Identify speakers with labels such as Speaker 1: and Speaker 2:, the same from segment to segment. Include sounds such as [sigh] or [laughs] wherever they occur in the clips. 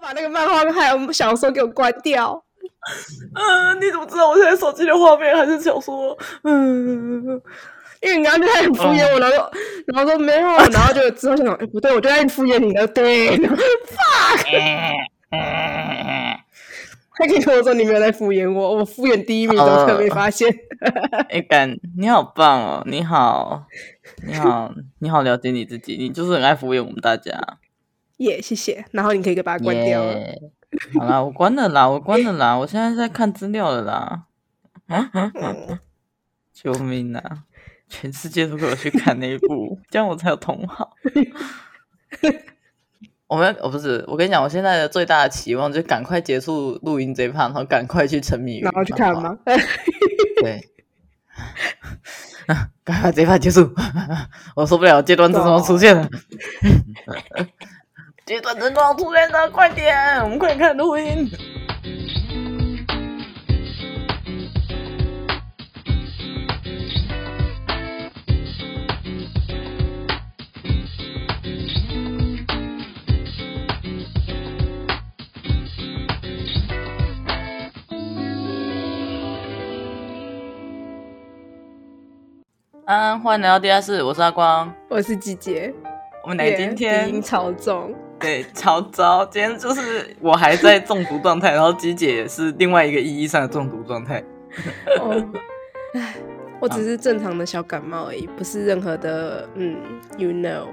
Speaker 1: 把那个漫画还有小说给我关掉。
Speaker 2: 嗯，你怎么知道我现在手机的画面还是小说？嗯，
Speaker 1: 因为你刚刚就开始敷衍我，然后然后说没有，然后就之后想，哎、不对，我就在敷衍你了，对，fuck，还可以跟我说你没有在敷衍我，我敷衍第一名，怎么可能没发现？
Speaker 2: [laughs] 哎、干，你好棒哦！你好，你 [laughs] 好，你好，了解你自己，你就是很爱敷衍我们大家。
Speaker 1: 耶、谢谢。然后你可以给把它关掉了。
Speaker 2: 耶好啦，我关了啦，我关了啦，我现在在看资料了啦。
Speaker 1: 嗯
Speaker 2: 救命啊！全世界都给我去看那一部，这样我才有同好。 [laughs] 我们哦我不是，我跟你讲，我现在的最大的期望就是赶快结束录音这一趴，然后赶快去沉迷于
Speaker 1: 然后去看
Speaker 2: 漫画？
Speaker 1: 吗？
Speaker 2: 对， [laughs] 赶快这一趴结束， [laughs] 我受不了，阶段症状
Speaker 1: [laughs]
Speaker 2: 出现了。阶段症状出现了，快点，我们快点看录音。嗯，欢迎来到地下室，我是阿光。
Speaker 1: [laughs] 我是季杰，
Speaker 2: 我们来
Speaker 1: 耶
Speaker 2: 今天
Speaker 1: 鼻音超重，
Speaker 2: 对超糟，今天就是我还在中毒状态，然后鸡姐也是另外一个意义上的中毒状态。
Speaker 1: 哦，唉，我只是正常的小感冒而已，不是任何的，嗯，you know，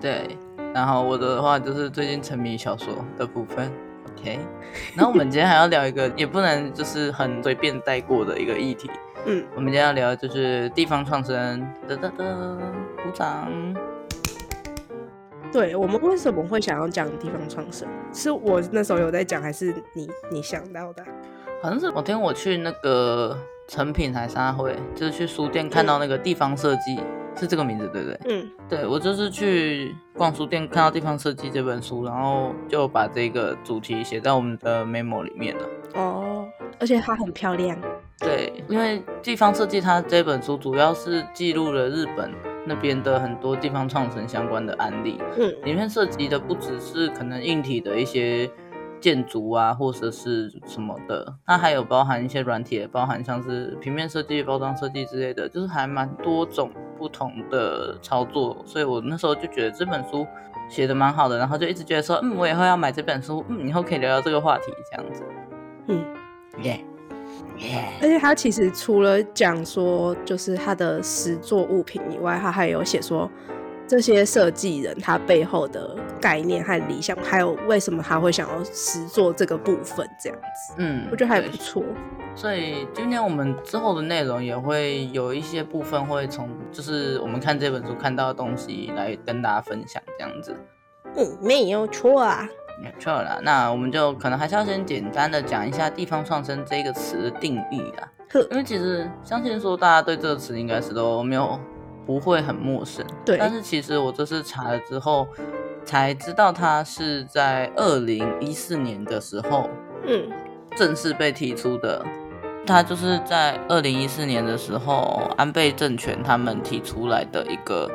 Speaker 2: 对，然后我的话就是最近沉迷小说的部分。OK，然后我们今天还要聊一个，也不能就是很随便带过的一个议题。
Speaker 1: 嗯，
Speaker 2: 我们今天要聊的就是地方创生，噔噔噔，鼓掌。
Speaker 1: 对我们为什么会想要讲地方创生？是我那时候有在讲，还是你你想到的？啊
Speaker 2: 好像是我听我去那个成品还沙会，就是去书店看到那个地方设计，是这个名字对不对？
Speaker 1: 嗯，
Speaker 2: 对我就是去逛书店看到《地方设计》这本书，然后就把这个主题写在我们的 memo 里面了。
Speaker 1: 哦，而且它很漂亮，
Speaker 2: 对，因为《地方设计》它这本书主要是记录了日本那边的很多地方创生相关的案例，
Speaker 1: 嗯
Speaker 2: 里面涉及的不只是可能硬体的一些建筑啊，或者是什么的，它还有包含一些软体，也包含像是平面设计、包装设计之类的，就是还蛮多种不同的操作。所以我那时候就觉得这本书写的蛮好的，然后就一直觉得说，嗯，我以后要买这本书，嗯，以后可以聊聊这个话题这样子。
Speaker 1: 嗯。
Speaker 2: 耶耶，
Speaker 1: 而且他其实除了讲说就是他的实作物品以外，他还有写说这些设计人他背后的概念和理想，还有为什么他会想要实作这个部分这样子，
Speaker 2: 嗯，
Speaker 1: 我觉得还
Speaker 2: 对
Speaker 1: 不错。
Speaker 2: 所以今天我们之后的内容也会有一些部分会从就是我们看这本书看到的东西来跟大家分享这样子，
Speaker 1: 嗯，没有错啊。
Speaker 2: 没错啦。那我们就可能还是要先简单的讲一下“地方创生”这个词的定义啦，
Speaker 1: 呵
Speaker 2: 因为其实相信说大家对这个词应该是都没有不会很陌生，
Speaker 1: 对
Speaker 2: 但是其实我这次查了之后才知道，它是在二零一四年的时候
Speaker 1: 嗯
Speaker 2: 正式被提出的。它就是在二零一四年的时候，安倍政权他们提出来的一个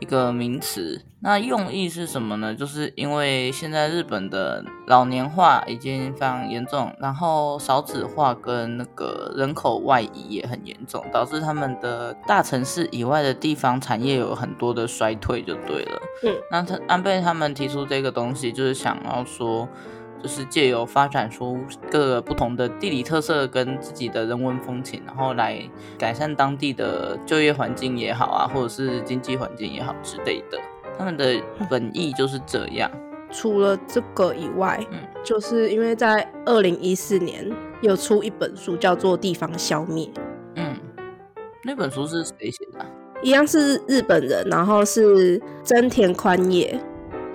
Speaker 2: 一个名词。那用意是什么呢？就是因为现在日本的老年化已经非常严重，然后少子化跟那个人口外移也很严重，导致他们的大城市以外的地方产业有很多的衰退，就对了。
Speaker 1: 嗯，
Speaker 2: 那他安倍他们提出这个东西，就是想要说，就是借由发展出各个不同的地理特色跟自己的人文风情，然后来改善当地的就业环境也好啊，或者是经济环境也好之类的。他们的本意就是这样。
Speaker 1: 除了这个以外，
Speaker 2: 嗯
Speaker 1: 就是因为在二零一四年有出一本书叫做《地方消灭》，
Speaker 2: 嗯，那本书是谁写的啊、
Speaker 1: 一样是日本人，然后是真田宽也，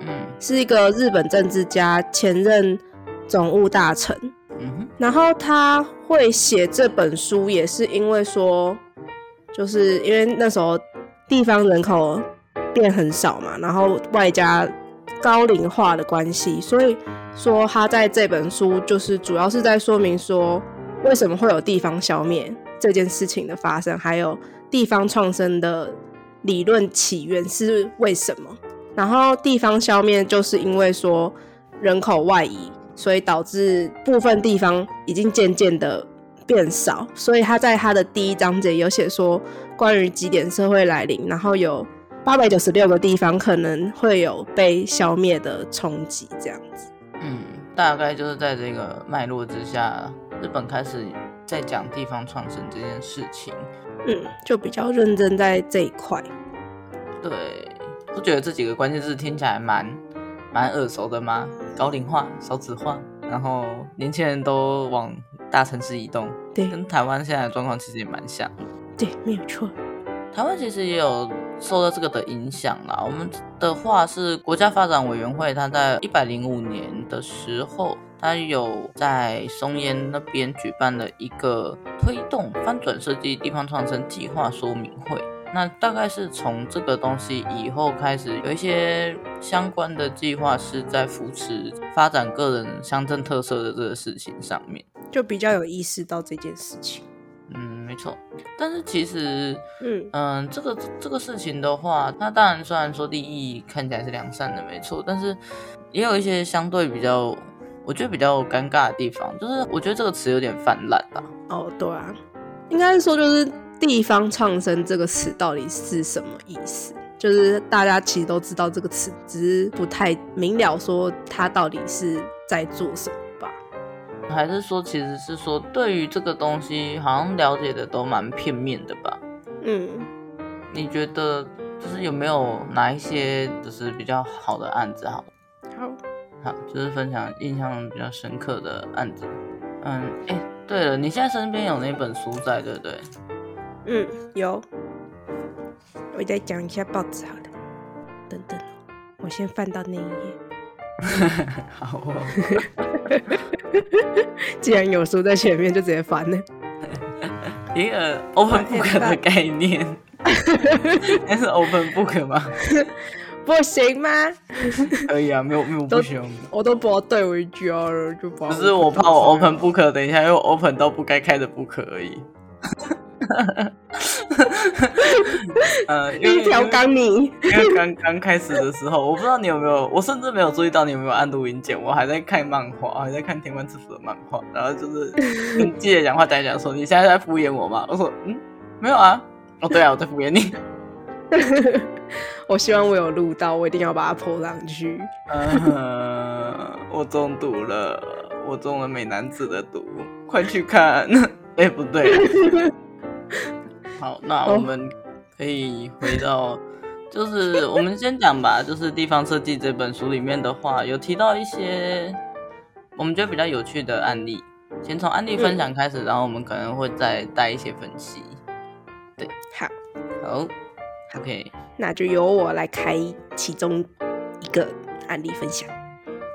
Speaker 2: 嗯
Speaker 1: 是一个日本政治家，前任总务大臣。
Speaker 2: 嗯哼
Speaker 1: 然后他会写这本书，也是因为说，就是因为那时候地方人口变很少嘛，然后外加高龄化的关系，所以说他在这本书就是主要是在说明说，为什么会有地方消灭这件事情的发生，还有地方创生的理论起源是为什么。然后地方消灭就是因为说人口外移，所以导致部分地方已经渐渐的变少。所以他在他的第一章节有写说关于极点社会来临，然后有八百九十六个地方可能会有被消灭的冲击，这样子。
Speaker 2: 嗯，大概就是在这个脉络之下，日本开始在讲地方创生这件事情。
Speaker 1: 嗯，就比较认真在这一块。
Speaker 2: 对，不觉得这几个关键字听起来蛮蛮耳熟的吗？高龄化、少子化，然后年轻人都往大城市移动，
Speaker 1: 对
Speaker 2: 跟台湾现在的状况其实也蛮像。
Speaker 1: 对，没有错。
Speaker 2: 台湾其实也有受到这个的影响啦。我们的话是国家发展委员会，它在一百零五年的时候，它有在松烟那边举办了一个推动翻转设计地方创生计划说明会。那大概是从这个东西以后开始，有一些相关的计划是在扶持发展个人乡镇特色的这个事情上面。
Speaker 1: 就比较有意识到这件事情。
Speaker 2: 嗯，没错。但是其实
Speaker 1: 嗯，
Speaker 2: 嗯，这个这个事情的话，它当然虽然说利益看起来是良善的，没错，但是也有一些相对比较，我觉得比较尴尬的地方，就是我觉得这个词有点泛滥吧。
Speaker 1: 哦，对啊，应该说就是“地方创生”这个词到底是什么意思？就是大家其实都知道这个词，只是不太明了说它到底是在做什么吧。
Speaker 2: 还是说，其实是说对于这个东西，好像了解的都蛮片面的吧？
Speaker 1: 嗯，
Speaker 2: 你觉得就是有没有哪一些就是比较好的案子好了？
Speaker 1: 好，
Speaker 2: 好，就是分享印象比较深刻的案子。嗯，哎，对了，你现在身边有那本书在，对不对？
Speaker 1: 嗯，有。我再讲一下报纸好了，等等，哦我先翻到那一页。 [laughs]
Speaker 2: 好、哦。
Speaker 1: 既然有书在前面，就直接翻了。
Speaker 2: 一个 open book 的概 [laughs] 念，那是 open book 吗？
Speaker 1: 不行吗？
Speaker 2: 可以啊，没有没有不行。
Speaker 1: 我都把它带回家了，就把
Speaker 2: 只是我怕我 open book 等一下又 open 到不该开的 book 而已。 [laughs] [laughs] 呃，因为
Speaker 1: 一条钢泥。
Speaker 2: 因为刚刚开始的时候，我不知道你有没有，我甚至没有注意到你有没有按录音键，我还在看漫画，还在看《天官之府》的漫画，然后 [laughs] 就是跟记者讲话，讲一讲说你现在在敷衍我吗？我说嗯，没有啊。哦，对啊，我在敷衍你。
Speaker 1: 我希望我有录到，我一定要把它 po 上去。
Speaker 2: 嗯， [laughs] 我中毒了，我中了美男子的毒，快去看！ [laughs] 哎、不对。
Speaker 1: 哦
Speaker 2: 好，那我们可以回到，就是我们先讲吧， [laughs] 就是《地方设计》这本书里面的话，有提到一些我们觉得比较有趣的案例，先从案例分享开
Speaker 1: 嗯
Speaker 2: 始，然后我们可能会再带一些分析。
Speaker 1: 好，
Speaker 2: 好，OK，
Speaker 1: 那就由我来开其中一个案例分享。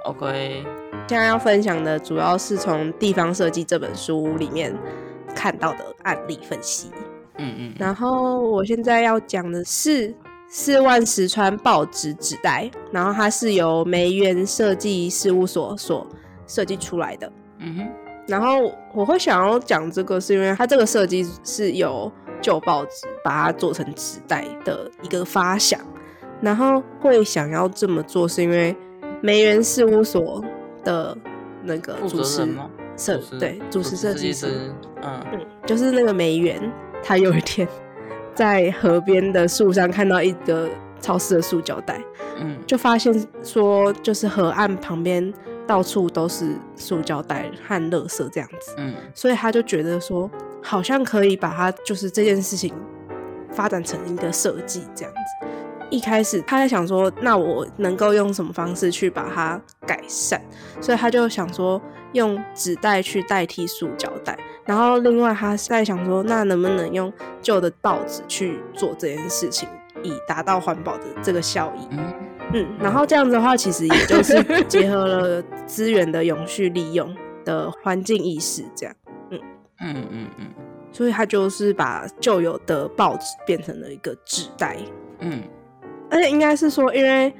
Speaker 2: OK，
Speaker 1: 现在要分享的主要是从《地方设计》这本书里面看到的案例分析。
Speaker 2: 嗯嗯，
Speaker 1: 然后我现在要讲的是四万石川报纸纸袋，然后它是由梅园设计事务所所设计出来的。
Speaker 2: 嗯哼，
Speaker 1: 然后我会想要讲这个，是因为它这个设计是由旧报纸把它做成纸袋的一个发想，然后会想要这么做，是因为梅园事务所的那个
Speaker 2: 负
Speaker 1: 主
Speaker 2: 责
Speaker 1: 持
Speaker 2: 人吗？
Speaker 1: 设对主持设计师，
Speaker 2: 师，嗯。
Speaker 1: 嗯，就是那个梅园，他有一天在河边的树上看到一个潮湿的塑胶袋，
Speaker 2: 嗯
Speaker 1: 就发现说，就是河岸旁边到处都是塑胶袋和垃圾这样子。
Speaker 2: 嗯
Speaker 1: 所以他就觉得说，好像可以把它就是这件事情发展成一个设计这样子。一开始他在想说，那我能够用什么方式去把它改善？所以他就想说，用纸袋去代替塑胶袋。然后另外他在想说，那能不能用旧的报纸去做这件事情，以达到环保的这个效益？
Speaker 2: 嗯
Speaker 1: 嗯，然后这样子的话，其实也就是结合了资源的永续利用的环境意识，这样。
Speaker 2: 嗯嗯嗯
Speaker 1: 所以他就是把旧有的报纸变成了一个纸袋，
Speaker 2: 嗯
Speaker 1: 而且应该是说，因为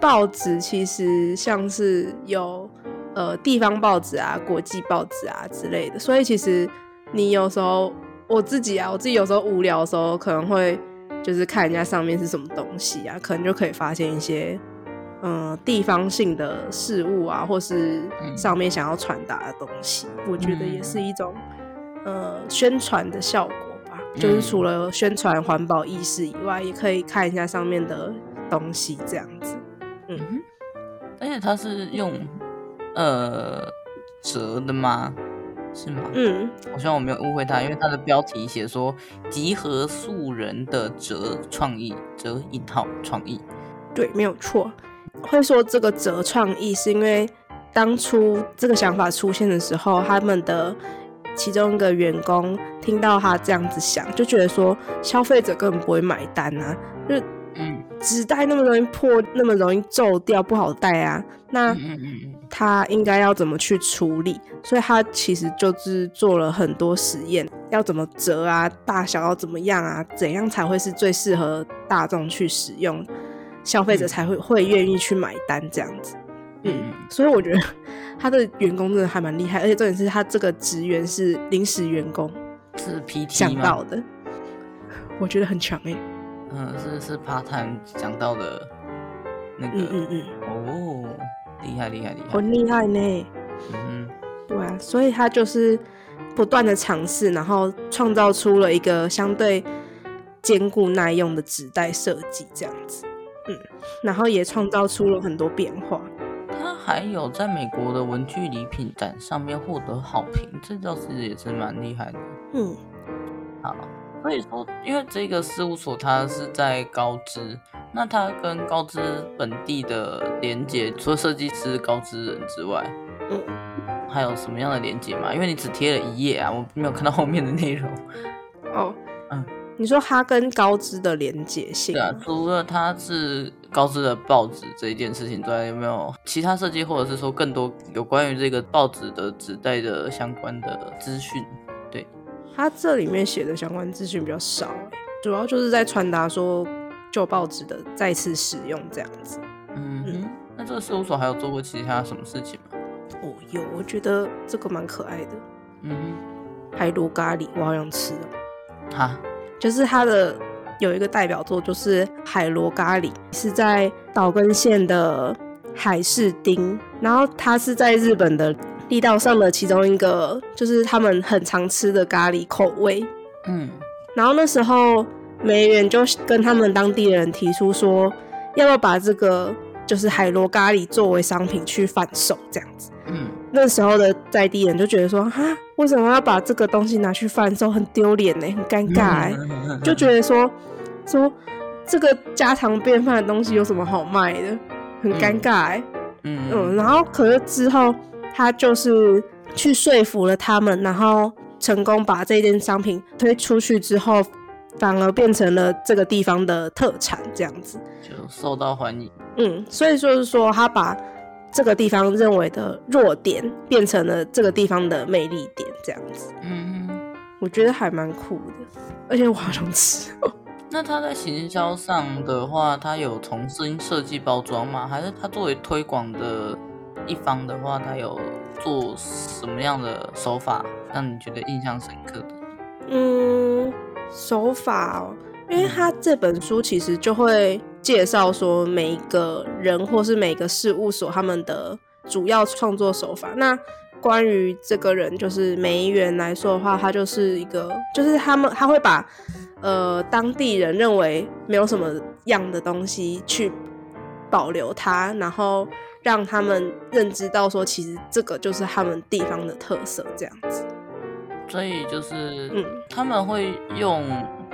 Speaker 1: 报纸其实像是有呃地方报纸啊、国际报纸啊之类的，所以其实你有时候我自己啊，我自己有时候无聊的时候，可能会就是看人家上面是什么东西啊，可能就可以发现一些嗯、呃地方性的事物啊，或是
Speaker 2: 嗯
Speaker 1: 上面想要传达的东西，我觉得也
Speaker 2: 嗯
Speaker 1: 是一种呃宣传的效果吧。就是
Speaker 2: 嗯
Speaker 1: 除了宣传环保意识以外，也可以看一下上面的东西这样子。
Speaker 2: 而且它是用呃折的吗？是吗？
Speaker 1: 嗯，
Speaker 2: 我希望我没有误会它，因为它的标题写说集合素人的折创意，折引号创意。
Speaker 1: 对，没有错。会说这个折创意，是因为当初这个想法出现的时候，他们的其中一个员工听到他这样子想，就觉得说消费者根本不会买单啊，就是
Speaker 2: 嗯
Speaker 1: 纸袋那么容易破，那么容易皱掉，不好带啊。那
Speaker 2: 嗯嗯嗯嗯，
Speaker 1: 他应该要怎么去处理？所以他其实就是做了很多实验，要怎么折啊，大小要怎么样啊，怎样才会是最适合大众去使用，消费者
Speaker 2: 嗯
Speaker 1: 才会会愿意去买单这样子。嗯
Speaker 2: 嗯，
Speaker 1: 所以我觉得他的员工真的还蛮厉害，而且重点是他这个职员是临时员工
Speaker 2: 是 PT
Speaker 1: 想到
Speaker 2: 吗？
Speaker 1: 的，我觉得很强哎、
Speaker 2: 嗯，是是 part time 讲到的那
Speaker 1: 嗯
Speaker 2: 个、
Speaker 1: 嗯嗯，
Speaker 2: 哦，厉害厉害厉害。
Speaker 1: 很厉害呢、
Speaker 2: 嗯
Speaker 1: 对啊，所以他就是不断的尝试，然后创造出了一个相对坚固耐用的纸袋设计，这样子。嗯，然后也创造出了很多变化。
Speaker 2: 哼，它还有在美国的文具礼品展上面获得好评，这倒是也是蛮厉害的。
Speaker 1: 嗯
Speaker 2: 好，所以说，因为这个事务所它是在高知，那它跟高知本地的连接，除了设计师高知人之外，
Speaker 1: 嗯，
Speaker 2: 还有什么样的连接吗？因为你只贴了一页啊，我没有看到后面的内容。
Speaker 1: 哦，
Speaker 2: 嗯，
Speaker 1: 你说它跟高知的连结性
Speaker 2: [laughs] 对
Speaker 1: 吗，
Speaker 2: 啊，除了它是高知的报纸这一件事情之外，有没有其他设计，或者是说更多有关于这个报纸的纸袋的相关的资讯？
Speaker 1: 它这里面写的相关资讯比较少、哎主要就是在传达说旧报纸的再次使用这样子。
Speaker 2: 嗯哼，那这个事务所还有做过其他什么事情吗？
Speaker 1: 哦，有，我觉得这个蛮可爱的，
Speaker 2: 嗯
Speaker 1: 还卤咖喱，我好想吃哦。
Speaker 2: 哼，哈，
Speaker 1: 就是它的有一个代表作就是海螺咖喱，是在岛根县的海士町，然后它是在日本的地道上的其中一个，就是他们很常吃的咖喱口味。
Speaker 2: 嗯
Speaker 1: 然后那时候梅园就跟他们当地人提出说，要不要把这个就是海螺咖喱作为商品去贩售这样子。
Speaker 2: 嗯。
Speaker 1: 那时候的在地人就觉得说，哈，为什么要把这个东西拿去贩售，很丢脸呢，很尴尬哎、
Speaker 2: 嗯
Speaker 1: 就觉得说说这个家常便饭的东西有什么好卖的，很尴尬哎、
Speaker 2: 嗯
Speaker 1: 嗯，然后可是之后他就是去说服了他们，然后成功把这件商品推出去之后，反而变成了这个地方的特产这样子。
Speaker 2: 就受到欢迎。
Speaker 1: 嗯，所以就是说他把这个地方认为的弱点变成了这个地方的魅力点这样子，
Speaker 2: 嗯哼，
Speaker 1: 我觉得还蛮酷的，而且我好想吃。
Speaker 2: 那他在行销上的话，他有重新设计包装吗？还是他作为推广的一方的话，他有做什么样的手法让你觉得印象深刻的？
Speaker 1: 嗯，手法、哦，因为他这本书其实就会介绍说每一个人或是每个事务所他们的主要创作手法。那关于这个人，就是梅园来说的话，他就是一个，就是他们他会把呃当地人认为没有什么样的东西去保留它，然后让他们认知到说，其实这个就是他们地方的特色，这样子。
Speaker 2: 所以就是，
Speaker 1: 嗯
Speaker 2: 他们会用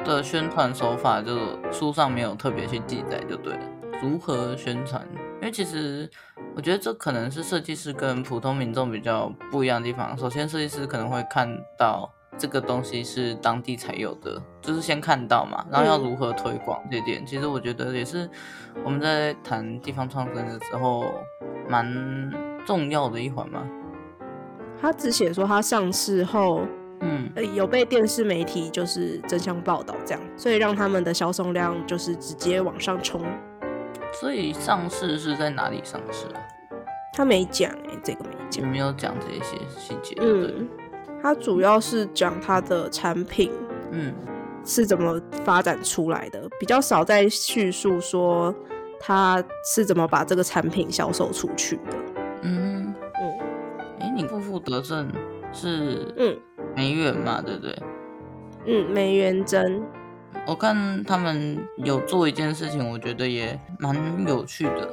Speaker 2: 的宣传手法，就书上没有特别去记载，就对了。如何宣传？因为其实我觉得这可能是设计师跟普通民众比较不一样的地方。首先，设计师可能会看到这个东西是当地才有的，就是先看到嘛，然后要
Speaker 1: 嗯
Speaker 2: 如何推广这点，其实我觉得也是我们在谈地方创生的时候蛮重要的一环嘛。
Speaker 1: 他只写说他上市后，
Speaker 2: 嗯，
Speaker 1: 呃，有被电视媒体就是争相报道这样，所以让他们的销售量就是直接往上冲。
Speaker 2: 所以上市是在哪里上市啊？
Speaker 1: 他没讲哎、这个没
Speaker 2: 也
Speaker 1: 讲。
Speaker 2: 没有讲这些细节。对，
Speaker 1: 嗯，他主要是讲他的产品
Speaker 2: 嗯
Speaker 1: 是怎么发展出来的，比较少在叙述说他是怎么把这个产品销售出去的。
Speaker 2: 嗯，
Speaker 1: 嗯
Speaker 2: 哎，你负负得正是
Speaker 1: 嗯
Speaker 2: 美元嘛，对不对？
Speaker 1: 嗯，美元针，
Speaker 2: 我看他们有做一件事情，我觉得也蛮有趣的，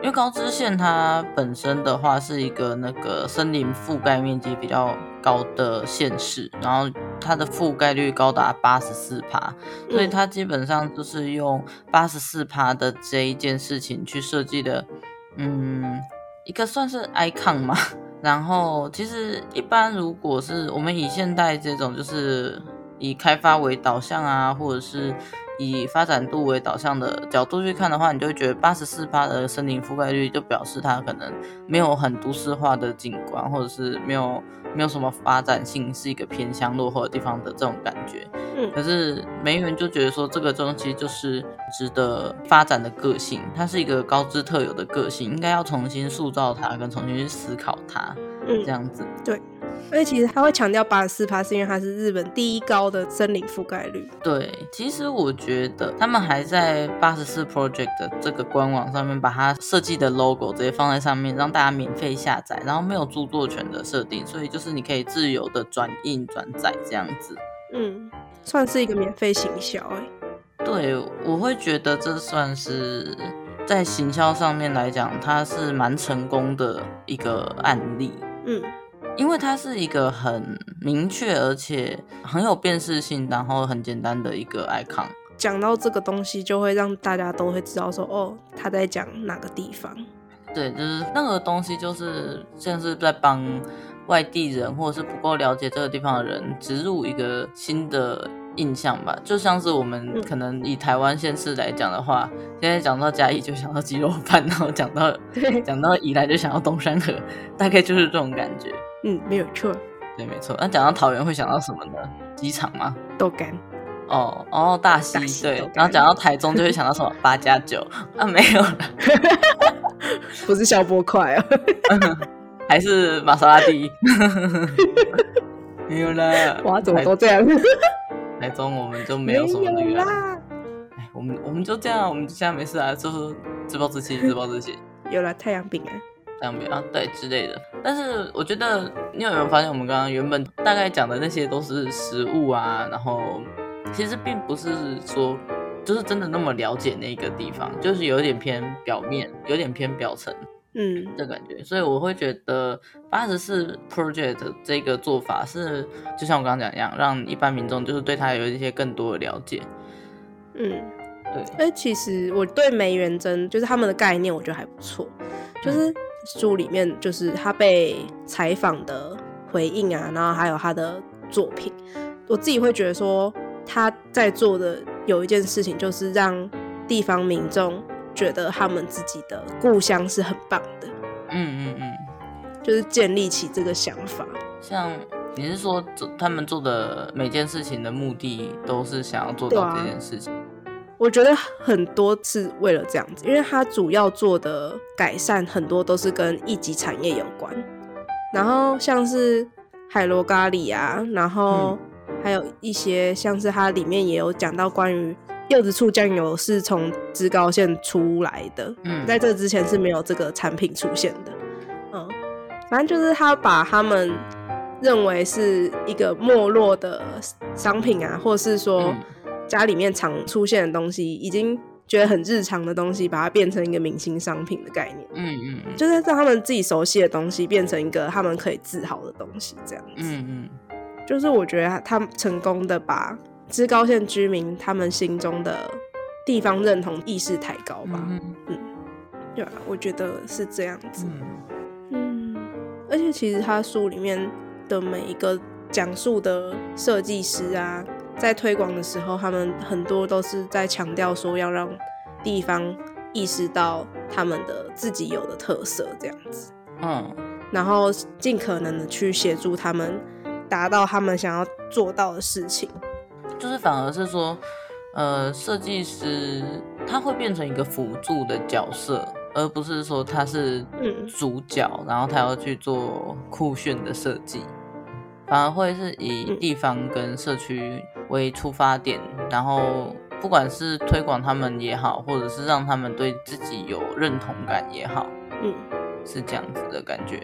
Speaker 2: 因为高知县它本身的话是一个那个森林覆盖面积比较高的县市，然后它的覆盖率高达八十四趴，所以
Speaker 1: 嗯
Speaker 2: 它基本上就是用八十四趴的这一件事情去设计的，嗯，一个算是 icon 嘛。 [laughs] 然后其实一般如果是我们以现代这种就是以开发为导向啊，或者是以发展度为导向的角度去看的话，你就会觉得八十四趴的森林覆盖率就表示它可能没有很都市化的景观，或者是没有没有什么发展性，是一个偏乡落后的地方的这种感觉。
Speaker 1: 嗯
Speaker 2: 可是梅园就觉得说，这个东西就是值得发展的个性，它是一个高知特有的个性，应该要重新塑造它，跟重新去思考它，
Speaker 1: 嗯
Speaker 2: 这，样子。
Speaker 1: 而且其实他会强调八十四趴，是因为它是日本第一高的森林覆盖率。
Speaker 2: 对，其实我觉得他们还在八十四 Project 的这个官网上面把它设计的 logo 直接放在上面，让大家免费下载，然后没有著作权的设定，所以就是你可以自由的转印转载这样子。
Speaker 1: 嗯，算是一个免费行销哎、
Speaker 2: 对，我会觉得这算是在行销上面来讲，它是蛮成功的一个案例，
Speaker 1: 嗯
Speaker 2: 因为它是一个很明确而且很有辨识性，然后很简单的一个 icon。
Speaker 1: 讲到这个东西，就会让大家都会知道说，哦，他在讲哪个地方。
Speaker 2: 对，就是那个东西，就是像是在帮外地人或者是不够了解这个地方的人植入一个新的印象吧。就像是我们
Speaker 1: 嗯
Speaker 2: 可能以台湾县市来讲的话，现在讲到嘉义就想到鸡肉饭，然后讲到
Speaker 1: 对，
Speaker 2: 讲到宜兰就想到东山河， [laughs] 大概就是这种感觉。
Speaker 1: 嗯，没有错，
Speaker 2: 对，没错。那讲到桃园会想到什么呢？机场吗？
Speaker 1: 豆 [laughs] 干。
Speaker 2: 哦，哦，大溪
Speaker 1: 大溪
Speaker 2: 对
Speaker 1: 豆。干
Speaker 2: 然后讲到台中就会想到什么八加九 [laughs] 啊，没有了，
Speaker 1: 不是消波块啊。
Speaker 2: 还是玛莎拉蒂。 [laughs] 没有啦，
Speaker 1: 哇，怎么都这样？
Speaker 2: 台台中我们就没有什么那
Speaker 1: [laughs] 没有
Speaker 2: 个啊，
Speaker 1: 啦，
Speaker 2: 哎，我们我们就这样，我们就这样没事啊，就是自暴自弃，自暴自弃。
Speaker 1: 有了太阳饼啊。
Speaker 2: 这样比啊，对之类的。但是我觉得，你有没有发现，我们刚刚原本大概讲的那些都是食物啊，然后其实并不是说就是真的那么了解那个地方，就是有点偏表面，有点偏表层
Speaker 1: 嗯
Speaker 2: 的感觉。所以我会觉得八十四 project 这个做法是，就像我刚刚讲一样，让一般民众就是对它有一些更多的了解。
Speaker 1: 嗯，
Speaker 2: 对，
Speaker 1: 哎，其实我对梅元真就是他们的概念，我觉得还不错。就是书里面，就是他被采访的回应啊，然后还有他的作品，我自己会觉得说他在做的有一件事情，就是让地方民众觉得他们自己的故乡是很棒的，
Speaker 2: 嗯嗯嗯，
Speaker 1: 就是建立起这个想法。
Speaker 2: 像。你是说做他们做的每件事情的目的都是想要做
Speaker 1: 对
Speaker 2: 到
Speaker 1: 啊
Speaker 2: 这件事情？
Speaker 1: 我觉得很多是为了这样子，因为它主要做的改善很多都是跟一级产业有关，然后像是海螺咖喱啊，然后还有一些像是它里面也有讲到关于柚子醋酱油是从制高县出来的，
Speaker 2: 嗯，
Speaker 1: 在这之前是没有这个产品出现的。嗯，反正就是他把他们认为是一个没落的商品啊，或是说
Speaker 2: 嗯
Speaker 1: 家里面常出现的东西，已经觉得很日常的东西，把它变成一个明星商品的概念，
Speaker 2: 嗯嗯嗯
Speaker 1: 就是让他们自己熟悉的东西变成一个他们可以自豪的东西，这样子。
Speaker 2: 嗯
Speaker 1: 就是我觉得他成功的把知高县居民他们心中的地方认同意识抬高吧。
Speaker 2: 嗯
Speaker 1: 对啊，我觉得是这样子。
Speaker 2: 嗯
Speaker 1: 嗯，而且其实他书里面的每一个讲述的设计师啊，在推广的时候，他们很多都是在强调说要让地方意识到他们的自己有的特色这样子，
Speaker 2: 嗯
Speaker 1: 然后尽可能的去协助他们达到他们想要做到的事情。
Speaker 2: 嗯，就是反而是说，呃，设计师他会变成一个辅助的角色，而不是说他是
Speaker 1: 嗯
Speaker 2: 主角，然后他要去做酷炫的设计，反而会是以
Speaker 1: 嗯
Speaker 2: 地方跟社区为出发点，然后不管是推广他们也好，或者是让他们对自己有认同感也好，
Speaker 1: 嗯，
Speaker 2: 是这样子的感觉。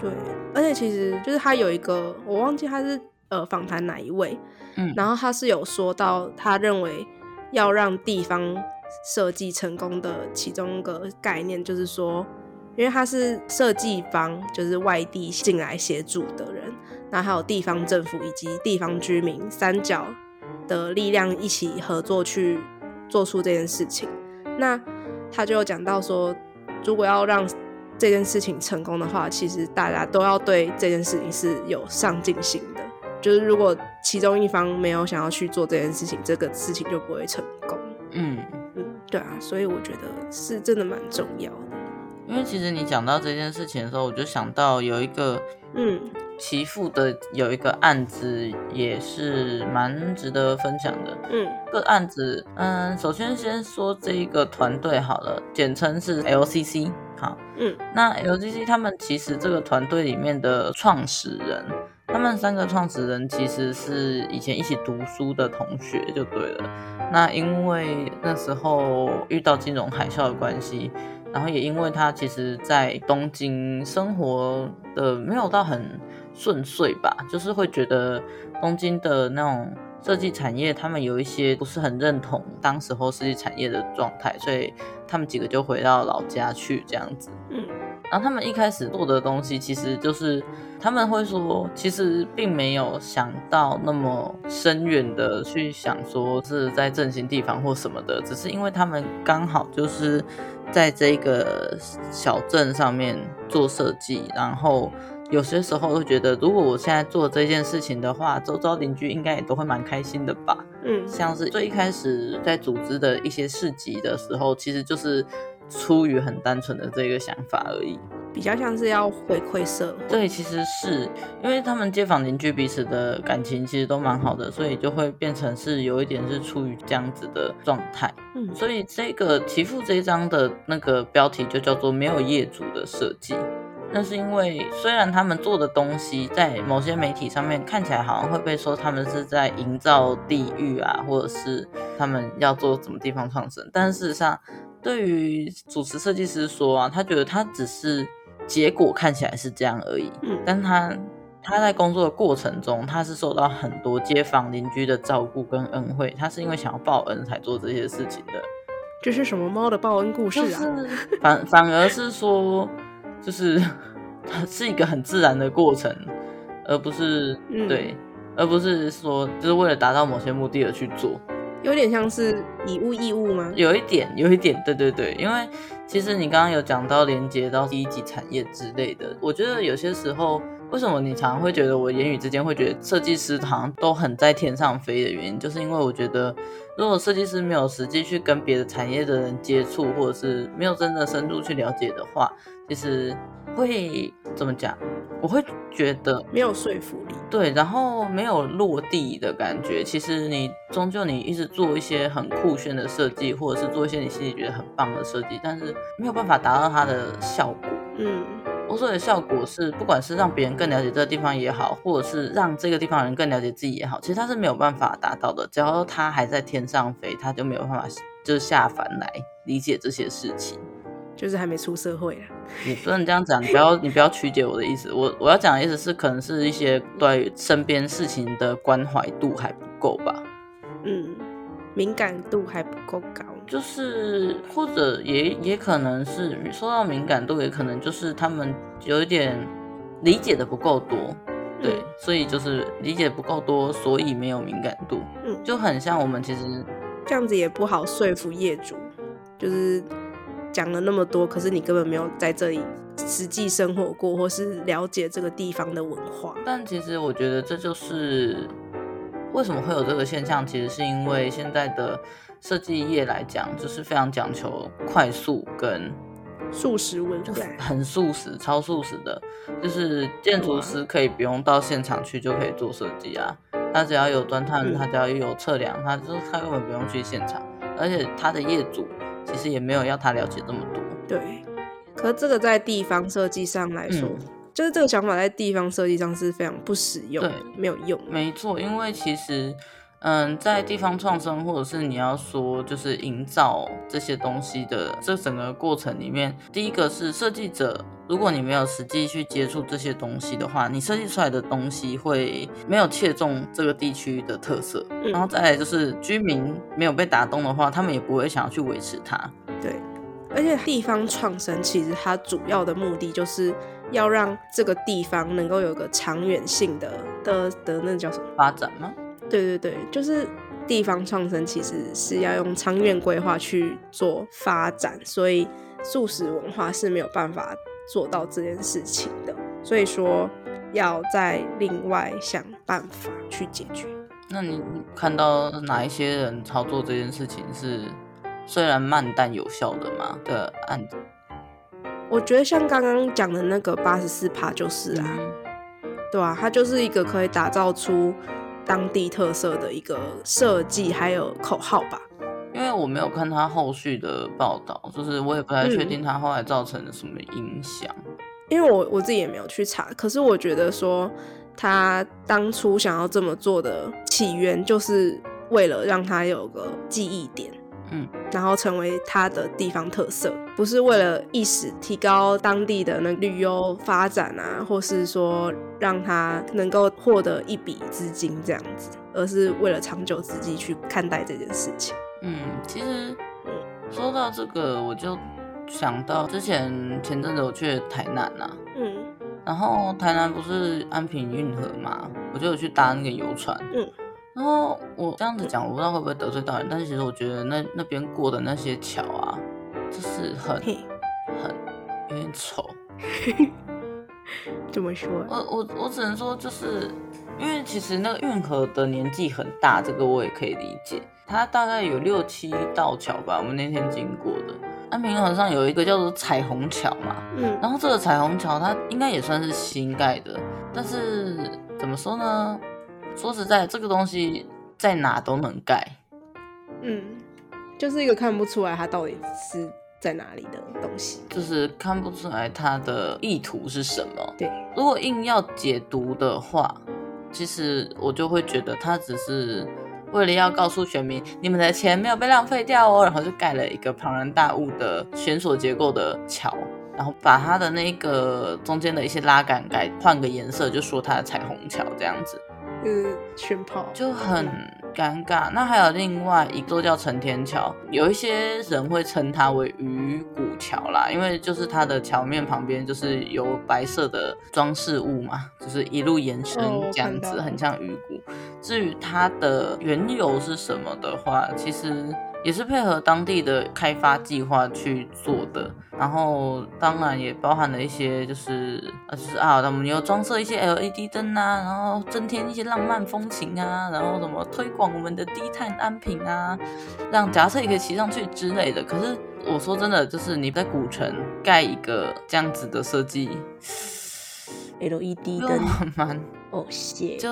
Speaker 1: 对，而且其实就是他有一个，我忘记他是呃访谈哪一位，
Speaker 2: 嗯
Speaker 1: 然后他是有说到他认为要让地方设计成功的其中一个概念，就是说，因为他是设计方，就是外地进来协助的人，然后还有地方政府以及地方居民三角的力量一起合作去做出这件事情。那他就有讲到说，如果要让这件事情成功的话，其实大家都要对这件事情是有上进心的。就是如果其中一方没有想要去做这件事情，这个事情就不会成功。
Speaker 2: 嗯，
Speaker 1: 嗯，对啊，所以我觉得是真的蛮重要的。
Speaker 2: 因为其实你讲到这件事情的时候，我就想到有一个
Speaker 1: 嗯
Speaker 2: 其父的有一个案子，也是蛮值得分享的。
Speaker 1: 嗯
Speaker 2: 这个案子，嗯，首先先说这一个团队好了，简称是 LCC。好，
Speaker 1: 嗯
Speaker 2: 那 LCC 他们其实这个团队里面的创始人，他们三个创始人其实是以前一起读书的同学就对了。那因为那时候遇到金融海啸的关系，然后也因为他其实在东京生活的没有到很顺遂吧，就是会觉得东京的那种。设计产业，他们有一些不是很认同当时候设计产业的状态，所以他们几个就回到老家去这样子。
Speaker 1: 嗯
Speaker 2: 然后他们一开始做的东西，其实就是他们会说，其实并没有想到那么深远的去想说是在振兴地方或什么的，只是因为他们刚好就是在这个小镇上面做设计，然后有些时候会觉得，如果我现在做这件事情的话，周遭邻居应该也都会蛮开心的吧。
Speaker 1: 嗯
Speaker 2: 像是最一开始在组织的一些市集的时候，其实就是出于很单纯的这个想法而已。
Speaker 1: 比较像是要回馈社会。
Speaker 2: 对，其实是因为他们街坊邻居彼此的感情其实都蛮好的，所以就会变成是有一点是出于这样子的状态。
Speaker 1: 嗯
Speaker 2: 所以这个其父这一章的那个标题就叫做“没有业主的设计”。那是因为虽然他们做的东西在某些媒体上面看起来好像会被说他们是在营造地域啊，或者是他们要做什么地方创生，但事实上，对于主持设计师说啊，他觉得他只是结果看起来是这样而已，
Speaker 1: 嗯
Speaker 2: 但他他在工作的过程中，他是受到很多街坊邻居的照顾跟恩惠，他是因为想要报恩才做这些事情的。
Speaker 1: 这是什么猫的报恩故事
Speaker 2: 就
Speaker 1: 啊？
Speaker 2: 是反 [laughs] 反而是说，就是 [laughs] 它是一个很自然的过程，而不是、
Speaker 1: 嗯
Speaker 2: 对，而不是说就是为了达到某些目的而去做。
Speaker 1: 有点像是以物易物吗？
Speaker 2: 有一点，有一点，对对对，因为其实你刚刚有讲到连接到第一级产业之类的，我觉得有些时候为什么你常常会觉得我言语之间会觉得设计师好像都很在天上飞的原因，就是因为我觉得如果设计师没有实际去跟别的产业的人接触，或者是没有真的深入去了解的话，其实会怎么讲？我会觉得
Speaker 1: 没有说服力。
Speaker 2: 对，然后没有落地的感觉。其实你终究你一直做一些很酷炫的设计，或者是做一些你心里觉得很棒的设计，但是没有办法达到它的效果。
Speaker 1: 嗯
Speaker 2: 我所谓的效果是，不管是让别人更了解这个地方也好，或者是让这个地方的人更了解自己也好，其实它是没有办法达到的。只要它还在天上飞，它就没有办法就是下凡来理解这些事情。
Speaker 1: 就是还没出社会啊。
Speaker 2: 你不能这样讲，你不要你不要曲解我的意思。我我要讲的意思是，可能是一些对身边事情的关怀度还不够吧，
Speaker 1: 嗯，敏感度还不够高。
Speaker 2: 就是或者也也可能是说到敏感度，也可能就是他们有一点理解的不够多，
Speaker 1: 嗯
Speaker 2: 对，所以就是理解不够多，所以没有敏感度，
Speaker 1: 嗯
Speaker 2: 就很像我们其实
Speaker 1: 这样子也不好说服业主，就是讲了那么多，可是你根本没有在这里实际生活过，或是了解这个地方的文化。
Speaker 2: 但其实我觉得这就是为什么会有这个现象，其实是因为现在的设计业来讲，就是非常讲求快速跟
Speaker 1: 素食文化，
Speaker 2: [laughs] 很速食、超速食的，就是建筑师可以不用到现场去就可以做设计啊，他只要有钻探，
Speaker 1: 嗯
Speaker 2: 他只要有测量，他就是他根本不用去现场，而且他的业主其实也没有要他了解这么多。
Speaker 1: 对。可是这个在地方设计上来说，
Speaker 2: 嗯
Speaker 1: 就是这个想法在地方设计上是非常不实用的
Speaker 2: 对，
Speaker 1: 没有用的。
Speaker 2: 没错，因为其实，嗯，在地方创生或者是你要说就是营造这些东西的这整个过程里面，第一个是设计者，如果你没有实际去接触这些东西的话，你设计出来的东西会没有切中这个地区的特色。
Speaker 1: 嗯
Speaker 2: 然后再来就是居民没有被打动的话，他们也不会想要去维持它。
Speaker 1: 对，而且地方创生其实它主要的目的就是要让这个地方能够有个长远性的的的那叫什么？
Speaker 2: 发展吗？
Speaker 1: 对对对，就是地方创生其实是要用长远规划去做发展，所以素食文化是没有办法做到这件事情的，所以说要再另外想办法去解决。
Speaker 2: 那你看到哪一些人操作这件事情是虽然慢但有效的吗的案子？
Speaker 1: 我觉得像刚刚讲的那个八十四趴就是啊，
Speaker 2: 嗯
Speaker 1: 对啊，它就是一个可以打造出当地特色的一个设计，还有口号吧。
Speaker 2: 因为我没有看他后续的报道，就是我也不太确定他后来造成了什么影响。
Speaker 1: 因为我我自己也没有去查，可是我觉得说他当初想要这么做的起源，就是为了让他有个记忆点，
Speaker 2: 嗯，
Speaker 1: 然后成为他的地方特色，不是为了一时提高当地的那旅游发展啊，或是说让他能够获得一笔资金这样子，而是为了长久之计去看待这件事情。
Speaker 2: 嗯，其实说到这个，我就想到之前前阵子我去台南啊，
Speaker 1: 嗯
Speaker 2: 然后台南不是安平运河嘛，我就有去搭那个游船。
Speaker 1: 嗯。
Speaker 2: 然后我这样子讲，我不知道会不会得罪到人，但是其实我觉得那那边过的那些桥啊，就是很
Speaker 1: 嘿，
Speaker 2: 很有点丑。
Speaker 1: 这么说，
Speaker 2: 我我我只能说，就是因为其实那个运河的年纪很大，这个我也可以理解。它大概有六七道桥吧，我们那天经过的。安平河上有一个叫做彩虹桥嘛，
Speaker 1: 嗯
Speaker 2: 然后这个彩虹桥它应该也算是新盖的，但是怎么说呢？说实在，这个东西在哪都能盖，
Speaker 1: 嗯，就是一个看不出来他到底是在哪里的东西。
Speaker 2: 就是看不出来它的意图是什么。
Speaker 1: 对，
Speaker 2: 如果硬要解读的话，其实我就会觉得他只是为了要告诉选民，你们的钱没有被浪费掉哦，然后就盖了一个庞然大物的悬索结构的桥，然后把它的那个中间的一些拉杆改换个颜色，就说它的彩虹桥这样子，
Speaker 1: 就是炫炮，
Speaker 2: 就很尴尬。那还有另外一座叫成天桥，有一些人会称它为鱼骨桥啦，因为就是它的桥面旁边就是有白色的装饰物嘛，就是一路延伸
Speaker 1: 哦我
Speaker 2: 这样
Speaker 1: 看到
Speaker 2: 子，
Speaker 1: 了
Speaker 2: 很像鱼骨。至于它的缘由是什么的话，其实也是配合当地的开发计划去做的，然后当然也包含了一些就是呃就是啊，我们有装设一些 LED 灯啊，然后增添一些浪漫风情啊，然后什么推广我们的低碳安瓶啊，让脚踏车也可以骑上去之类的。可是我说真的，就是你在古城盖一个这样子的设计，
Speaker 1: LED
Speaker 2: 又
Speaker 1: 灯，
Speaker 2: [laughs] 蛮
Speaker 1: E 哦谢， [laughs]
Speaker 2: 就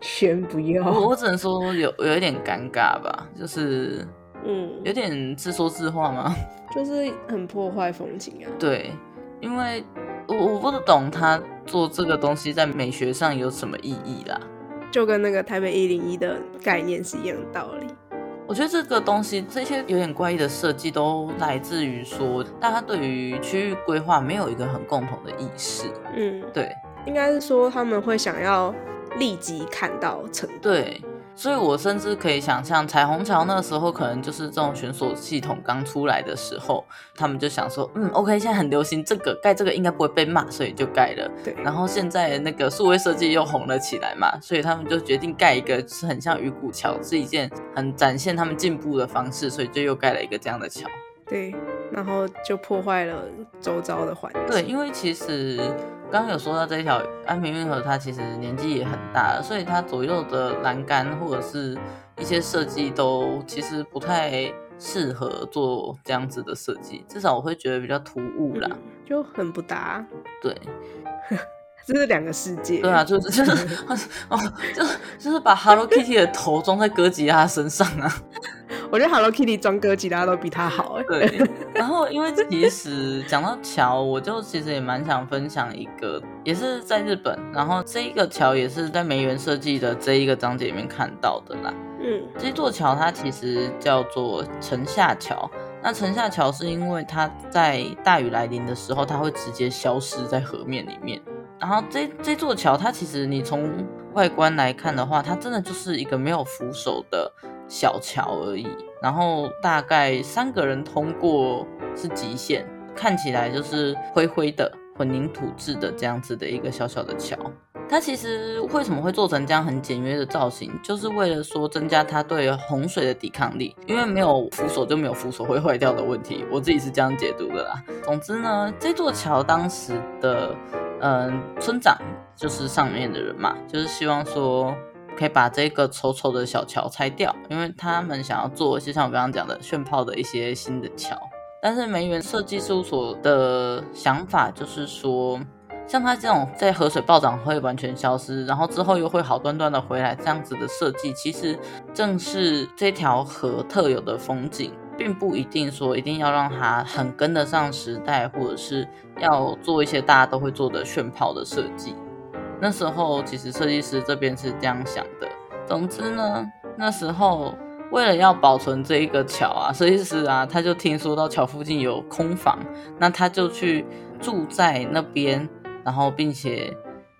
Speaker 1: 选不
Speaker 2: 我
Speaker 1: 要，
Speaker 2: 我只能说有有一点尴尬吧，就是
Speaker 1: 嗯
Speaker 2: 有，点自说自话吗？
Speaker 1: 就是很破坏风情啊。
Speaker 2: [laughs] 对，因为我我不懂他做这个东西在美学上有什么意义啦。
Speaker 1: 就跟那个台北一零一的概念是一样的道理。
Speaker 2: 我觉得这个东西，这些有点怪异的设计都来自于说，大家对于区域规划没有一个很共同的意识。
Speaker 1: 嗯，
Speaker 2: 对
Speaker 1: 应该是说他们会想要立即看到成果。
Speaker 2: 对，所以我甚至可以想象，彩虹桥那时候可能就是这种选锁系统刚出来的时候，他们就想说，嗯，OK，现在很流行这个，盖这个应该不会被骂，所以就盖了。
Speaker 1: 对，
Speaker 2: 然后现在那个数位设计又红了起来嘛，所以他们就决定盖一个是很像鱼骨桥，是一件很展现他们进步的方式，所以就又盖了一个这样的桥。
Speaker 1: 对，然后就破坏了周遭的环境。
Speaker 2: 对，，因为其实刚刚有说到这一条安平运河，它其实年纪也很大了，所以它左右的栏杆或者是一些设计都其实不太适合做这样子的设计，至少我会觉得比较突兀啦。
Speaker 1: 嗯，就很不搭，
Speaker 2: 对，
Speaker 1: 这是两个世界。
Speaker 2: 对啊，，就是就是 [laughs] 哦，就是就是把 Hello Kitty 的头装在哥吉拉身上啊。
Speaker 1: 我觉得 Hello Kitty 装哥吉拉都比他好哎、
Speaker 2: 对， [laughs] 然后因为其实讲到桥，我就其实也蛮想分享一个，也是在日本，然后这一个桥也是在梅园设计的这一个章节里面看到的啦。
Speaker 1: 嗯
Speaker 2: 这座桥它其实叫做城下桥。那城下桥是因为它在大雨来临的时候，它会直接消失在河面里面。然后这这座桥，它其实你从外观来看的话，它真的就是一个没有扶手的小桥而已。然后大概三个人通过是极限，看起来就是灰灰的混凝土制的这样子的一个小小的桥。它其实为什么会做成这样很简约的造型，就是为了说增加它对洪水的抵抗力，因为没有扶手就没有扶手会坏掉的问题，我自己是这样解读的啦。总之呢，这座桥当时的嗯、村长就是上面的人嘛，就是希望说可以把这个丑丑的小桥拆掉，因为他们想要做，就像我刚刚讲的炫炮的一些新的桥。但是梅园设计事务所的想法就是说，像它这种在河水暴涨会完全消失，然后之后又会好端端的回来这样子的设计，其实正是这条河特有的风景，并不一定说一定要让它很跟得上时代，或者是要做一些大家都会做的炫炮的设计。那时候其实设计师这边是这样想的。总之呢，那时候为了要保存这一个桥啊，设计师啊，他就听说到桥附近有空房，那他就去住在那边，然后并且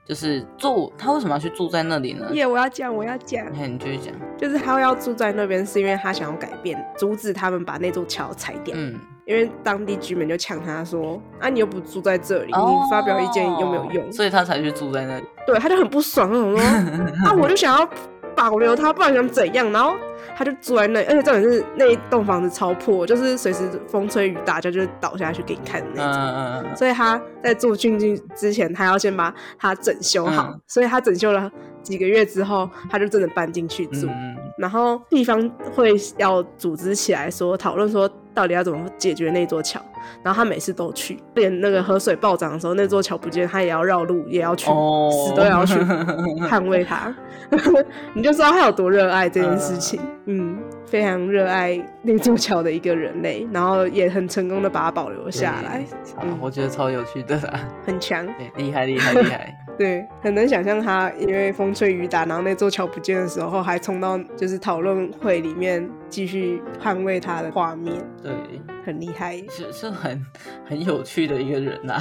Speaker 2: 就是住。他为什么要去住在那里呢？
Speaker 1: 耶！我要讲，我要讲，
Speaker 2: 你看，你继续讲。
Speaker 1: 就是他要住在那边，是因为他想要改变，阻止他们把那座桥拆掉。
Speaker 2: 嗯，
Speaker 1: 因为当地居民就呛他说：“啊，你又不住在这里，你发表意见又没有用
Speaker 2: 哦。所以他才去住在那里。
Speaker 1: 对，他就很不爽，那种
Speaker 2: [laughs]
Speaker 1: 说：“啊，我就想要保留它，不然想怎样？”然后他就住在那里，而且重点是那一栋房子超破，就是随时风吹雨打，就就是倒下去给你看的那
Speaker 2: 嗯
Speaker 1: 种。
Speaker 2: 嗯嗯，
Speaker 1: 所以他在住进去之前，他要先把它整修好。
Speaker 2: 嗯
Speaker 1: 所以他整修了几个月之后，他就真的搬进去住。
Speaker 2: 嗯嗯
Speaker 1: 然后地方会要组织起来说讨论说到底要怎么解决那座桥，然后他每次都去，连
Speaker 2: 嗯
Speaker 1: 那个河水暴涨的时候，那座桥不见，他也要绕路，也要去，
Speaker 2: 哦
Speaker 1: 死都
Speaker 2: [laughs]
Speaker 1: 要去捍卫它。 [laughs] 你就知道他有多热爱这件事情，嗯，非常热爱那座桥的一个人类，然后也很成功的把它保留下来，
Speaker 2: 对啊
Speaker 1: 嗯，
Speaker 2: 我觉得超有趣的啦，
Speaker 1: 很强。
Speaker 2: 对，厉害厉害厉
Speaker 1: [laughs]
Speaker 2: 害。
Speaker 1: 对，很能想象他因为风吹雨打，然后那座桥不见的时候，还冲到就是讨论会里面继续捍卫他的画面，
Speaker 2: 对，
Speaker 1: 很厉害耶。
Speaker 2: 是是很很有趣的一个人呐、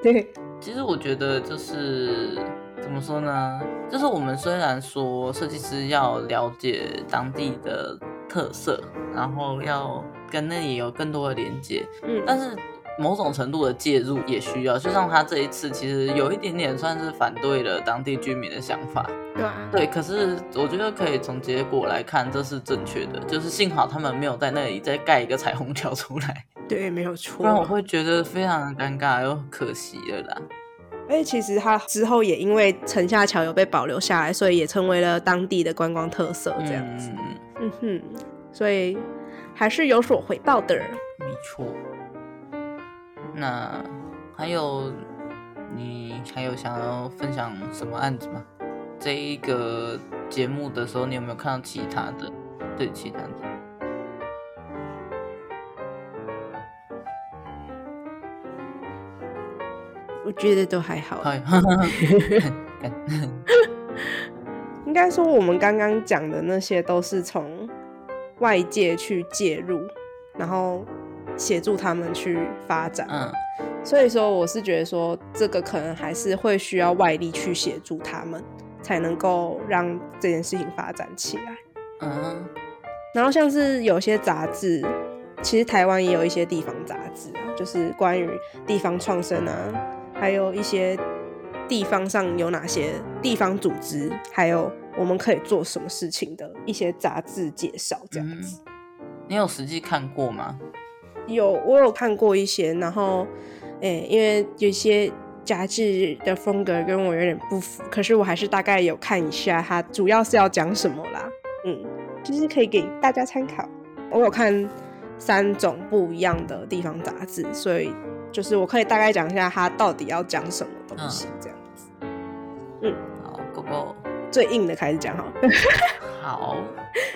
Speaker 1: 对，
Speaker 2: 其实我觉得就是怎么说呢，就是我们虽然说设计师要了解当地的特色，然后要跟那里有更多的连接，
Speaker 1: 嗯，
Speaker 2: 但是某种程度的介入也需要。就像他这一次，其实有一点点算是反对了当地居民的想法。
Speaker 1: 对啊，
Speaker 2: 对，可是我觉得可以从结果来看，这是正确的，就是幸好他们没有在那里再盖一个彩虹桥出来，
Speaker 1: 对，没有
Speaker 2: 不然我
Speaker 1: 错。
Speaker 2: 会觉得非常的尴尬又可惜了啦。
Speaker 1: 而哎且其实他之后也因为城下桥有被保留下来，所以也成为了当地的观光特色这样子。
Speaker 2: 嗯，
Speaker 1: 嗯哼，所以还是有所回报的。
Speaker 2: 嗯没错。那还有你还有想要分享什么案子吗？这一个节目的时候，你有没有看到其他的？对，其他的。
Speaker 1: 我觉得都还好。
Speaker 2: 哎，
Speaker 1: 应该说，我们刚刚讲的那些都是从外界去介入，然后协助他们去发展。
Speaker 2: [laughs] 嗯
Speaker 1: 所以说，我是觉得说，这个可能还是会需要外力去协助他们，才能够让这件事情发展起来。
Speaker 2: 嗯
Speaker 1: 然后像是有些杂志，其实台湾也有一些地方杂志啊，就是关于地方创生啊，还有一些地方上有哪些地方组织，还有我们可以做什么事情的一些杂志介绍这样子。
Speaker 2: 你有实际看过吗？
Speaker 1: 有我有看过一些，然后诶、因为有些。杂志的风格跟我有点不符，可是我还是大概有看一下它主要是要讲什么啦。嗯，就是可以给大家参考。我有看三种不一样的地方杂志，所以就是我可以大概讲一下它到底要讲什么东
Speaker 2: 嗯
Speaker 1: 西，这样、
Speaker 2: 好，狗狗，
Speaker 1: 最硬的开始讲好了。
Speaker 2: 好，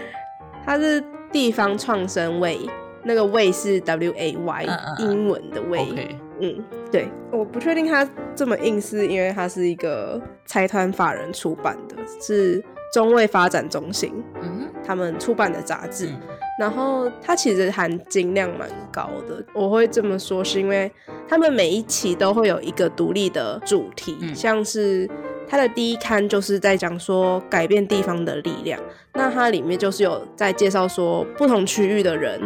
Speaker 1: [laughs] 它是地方创生way，那个 way 是 W A Y，
Speaker 2: 嗯嗯嗯
Speaker 1: 英文的 way。
Speaker 2: OK，
Speaker 1: 嗯，对，我不确定它这么硬，是因为它是一个财团法人出版的，是中卫发展中心
Speaker 2: 嗯哼，
Speaker 1: 他们出版的杂志。
Speaker 2: 嗯
Speaker 1: 然后它其实含金量蛮高的，我会这么说是因为他们每一期都会有一个独立的主题，
Speaker 2: 嗯
Speaker 1: 像是它的第一刊就是在讲说改变地方的力量，那它里面就是有在介绍说不同区域的人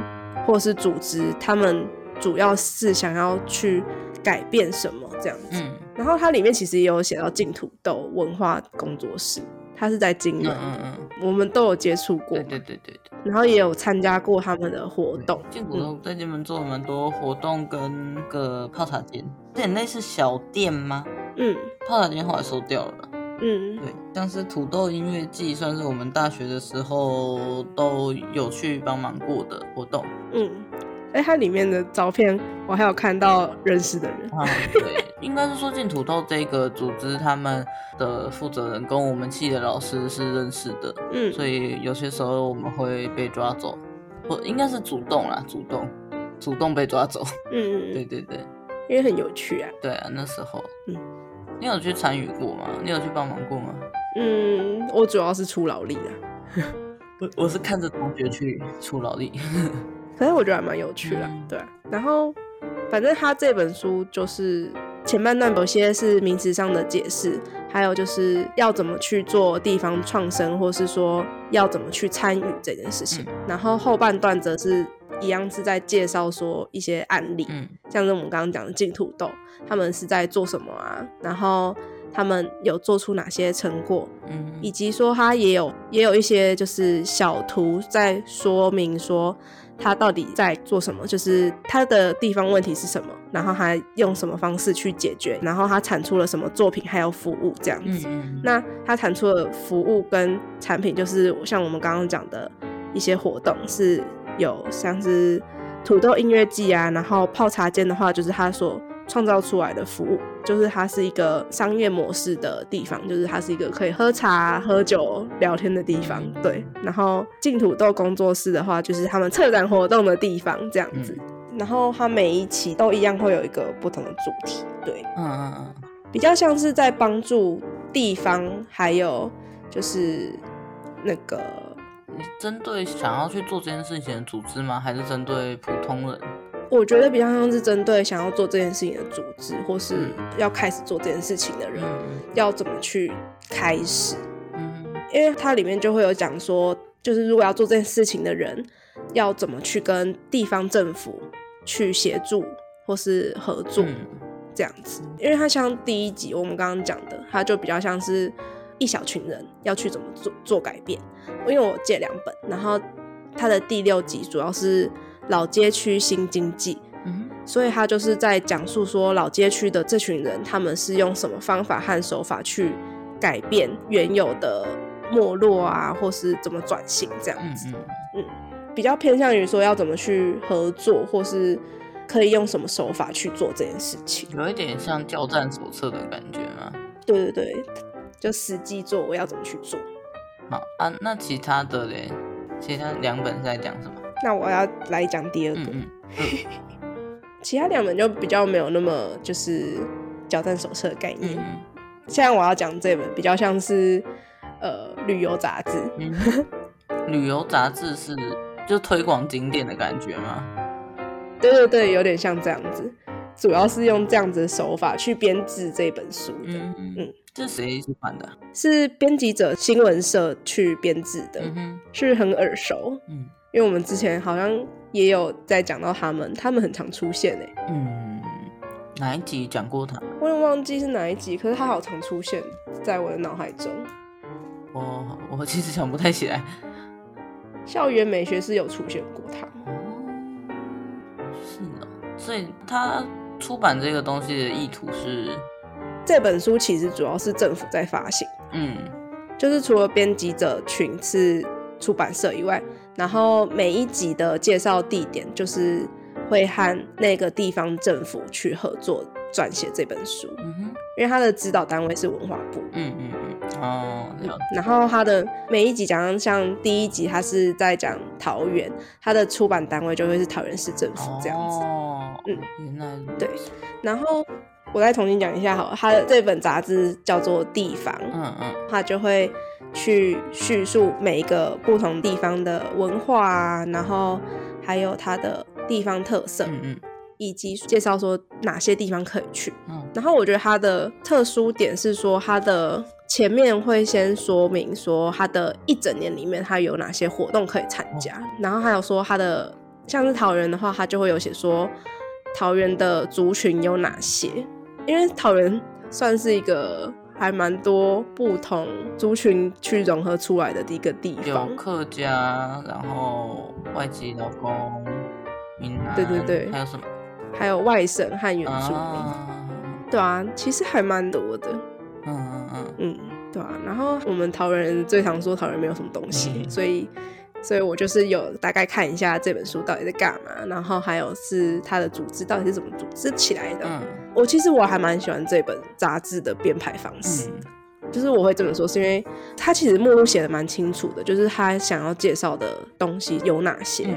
Speaker 1: 或是组织，他们主要是想要去改变什么这样子。
Speaker 2: 嗯
Speaker 1: 然后它里面其实也有写到净土豆文化工作室，它是在金
Speaker 2: 嗯
Speaker 1: 门，
Speaker 2: 嗯嗯，
Speaker 1: 我们都有接触过
Speaker 2: 对。对对对对。
Speaker 1: 然后也有参加过他们的活动。
Speaker 2: 建古楼在金门做了蛮多活动跟个泡茶店，有点类似小店吗？
Speaker 1: 嗯
Speaker 2: 泡茶店后来收掉了。
Speaker 1: 嗯
Speaker 2: 对，像是土豆音乐季，算是我们大学的时候都有去帮忙过的活动
Speaker 1: 嗯，哎、它里面的照片我还有看到认识的人。
Speaker 2: 啊。对， [laughs] 应该是说进土豆这个组织，他们的负责人跟我们系的老师是认识的，
Speaker 1: 嗯，
Speaker 2: 所以有些时候我们会被抓走，或应该是主动啦，主动，主动被抓走。
Speaker 1: 嗯
Speaker 2: 对
Speaker 1: 嗯，
Speaker 2: 对对
Speaker 1: 因为很有趣啊。
Speaker 2: 对啊，那时候，
Speaker 1: 嗯
Speaker 2: 你有去参与过吗？你有去帮忙过吗？
Speaker 1: 嗯，我主要是出劳力的，
Speaker 2: 我我是看着同学去出劳力。 [laughs]
Speaker 1: 可是我觉得还蛮有趣的、
Speaker 2: 嗯
Speaker 1: 对啊、然后，反正他这本书就是前半段有些是名词上的解释，还有就是要怎么去做地方创生，或是说要怎么去参与这件事
Speaker 2: 嗯
Speaker 1: 情。然后后半段则是一样是在介绍说一些案例。
Speaker 2: 嗯
Speaker 1: 像是我们刚刚讲的净土豆，他们是在做什么啊？然后他们有做出哪些成果，
Speaker 2: 嗯
Speaker 1: 以及说他也有也有一些就是小图在说明说他到底在做什么，就是他的地方问题是什么，然后他用什么方式去解决，然后他产出了什么作品还有服务这样
Speaker 2: 嗯
Speaker 1: 子。
Speaker 2: 嗯，
Speaker 1: 那他产出的服务跟产品，就是像我们刚刚讲的一些活动，是有像是土豆音乐季啊，然后泡茶间的话，就是他所创造出来的服务，就是它是一个商业模式的地方，就是它是一个可以喝茶、喝酒、聊天的地方，对。然后净土豆工作室的话，就是他们策展活动的地方，这样子。然后它每一期都一样会有一个不同的主题，对。
Speaker 2: 嗯嗯嗯。
Speaker 1: 比较像是在帮助地方，还有就是那个，
Speaker 2: 嗯你针对想要去做这件事情的组织吗？还是针对普通人？
Speaker 1: 我觉得比较像是针对想要做这件事情的组织，或是要开始做这件事情的人，
Speaker 2: 嗯
Speaker 1: 要怎么去开始？
Speaker 2: 嗯
Speaker 1: 因为它里面就会有讲说，就是如果要做这件事情的人，要怎么去跟地方政府去协助或是合作。
Speaker 2: 嗯
Speaker 1: 这样子，因为它像第一集我们刚刚讲的，它就比较像是一小群人要去怎么做做改变。因为我借两本，然后它的第六集主要是老街区新经济，
Speaker 2: 嗯
Speaker 1: 所以它就是在讲述说老街区的这群人他们是用什么方法和手法去改变原有的没落啊，或是怎么转型这样
Speaker 2: 嗯
Speaker 1: 子。
Speaker 2: 嗯
Speaker 1: 比较偏向于说要怎么去合作，或是可以用什么手法去做这件事情。
Speaker 2: 有一点像教战手册的感觉吗？
Speaker 1: 对对对，就实际做我要怎么去做。
Speaker 2: 好啊，那其他的嘞，其他两本是在讲什么？
Speaker 1: 那我要来讲第二个，
Speaker 2: 嗯嗯
Speaker 1: 其他两本就比较没有那么就是挑战手册的概念。
Speaker 2: 嗯
Speaker 1: 现在我要讲这本比较像是呃旅游杂志，
Speaker 2: 嗯嗯， [laughs] 旅游杂志是就推广景点的感觉吗？
Speaker 1: 对对对，有点像这样子，主要是用这样子的手法去编制这本书的，
Speaker 2: 嗯嗯
Speaker 1: 嗯，
Speaker 2: 这谁出版的啊？
Speaker 1: 是编辑者新闻社去编制的，
Speaker 2: 嗯哼
Speaker 1: 是很耳熟，
Speaker 2: 嗯
Speaker 1: 因为我们之前好像也有在讲到他们，他们很常出现诶、欸
Speaker 2: 嗯，哪一集讲过它？
Speaker 1: 我也忘记是哪一集，可是它好常出现在我的脑海中。
Speaker 2: 我我其实想不太起来。
Speaker 1: 校园美学是有出现过它，
Speaker 2: 哦，是哦，所以他出版这个东西的意图是，
Speaker 1: 这本书其实主要是政府在发行，
Speaker 2: 嗯
Speaker 1: 就是除了编辑者群是出版社以外，然后每一集的介绍地点就是会和那个地方政府去合作撰写这本书，
Speaker 2: 嗯哼，
Speaker 1: 因因为他的指导单位是文化部。
Speaker 2: 嗯嗯嗯，哦，了解
Speaker 1: 然后他的每一集讲，像第一集他是在讲桃园，他的出版单位就会是桃园市政府这样子。
Speaker 2: 哦，
Speaker 1: 嗯，
Speaker 2: 原来如
Speaker 1: 对
Speaker 2: 此，
Speaker 1: 然后我再重新讲一下好了，他的这本杂志叫做《地方》，
Speaker 2: 嗯嗯
Speaker 1: 他就会去叙述每一个不同地方的文化啊，然后还有它的地方特色，
Speaker 2: 嗯嗯
Speaker 1: 以及介绍说哪些地方可以去。
Speaker 2: 嗯
Speaker 1: 然后我觉得它的特殊点是说，它的前面会先说明说它的一整年里面它有哪些活动可以参
Speaker 2: 哦
Speaker 1: 加，然后还有说它的像是桃园的话，它就会有写说桃园的族群有哪些，因为桃园算是一个还蛮多不同族群去融合出来的一个地方
Speaker 2: 有。客家，然后外籍劳工，闽南，
Speaker 1: 对对对
Speaker 2: 还有什么？
Speaker 1: 还有外省和原住民，
Speaker 2: 啊，
Speaker 1: 对啊，其实还蛮多的。
Speaker 2: 嗯嗯嗯，
Speaker 1: 嗯，对啊。然后我们桃园人最常说桃园没有什么东西，
Speaker 2: 嗯
Speaker 1: 所以，所以我就是有大概看一下这本书到底在干嘛，然后还有是它的组织到底是怎么组织起来的。
Speaker 2: 嗯
Speaker 1: 我其实我还蛮喜欢这本杂志的编排方式，
Speaker 2: 嗯
Speaker 1: 就是我会这么说，是因为它其实目录写的蛮清楚的，就是他想要介绍的东西有哪些。
Speaker 2: 嗯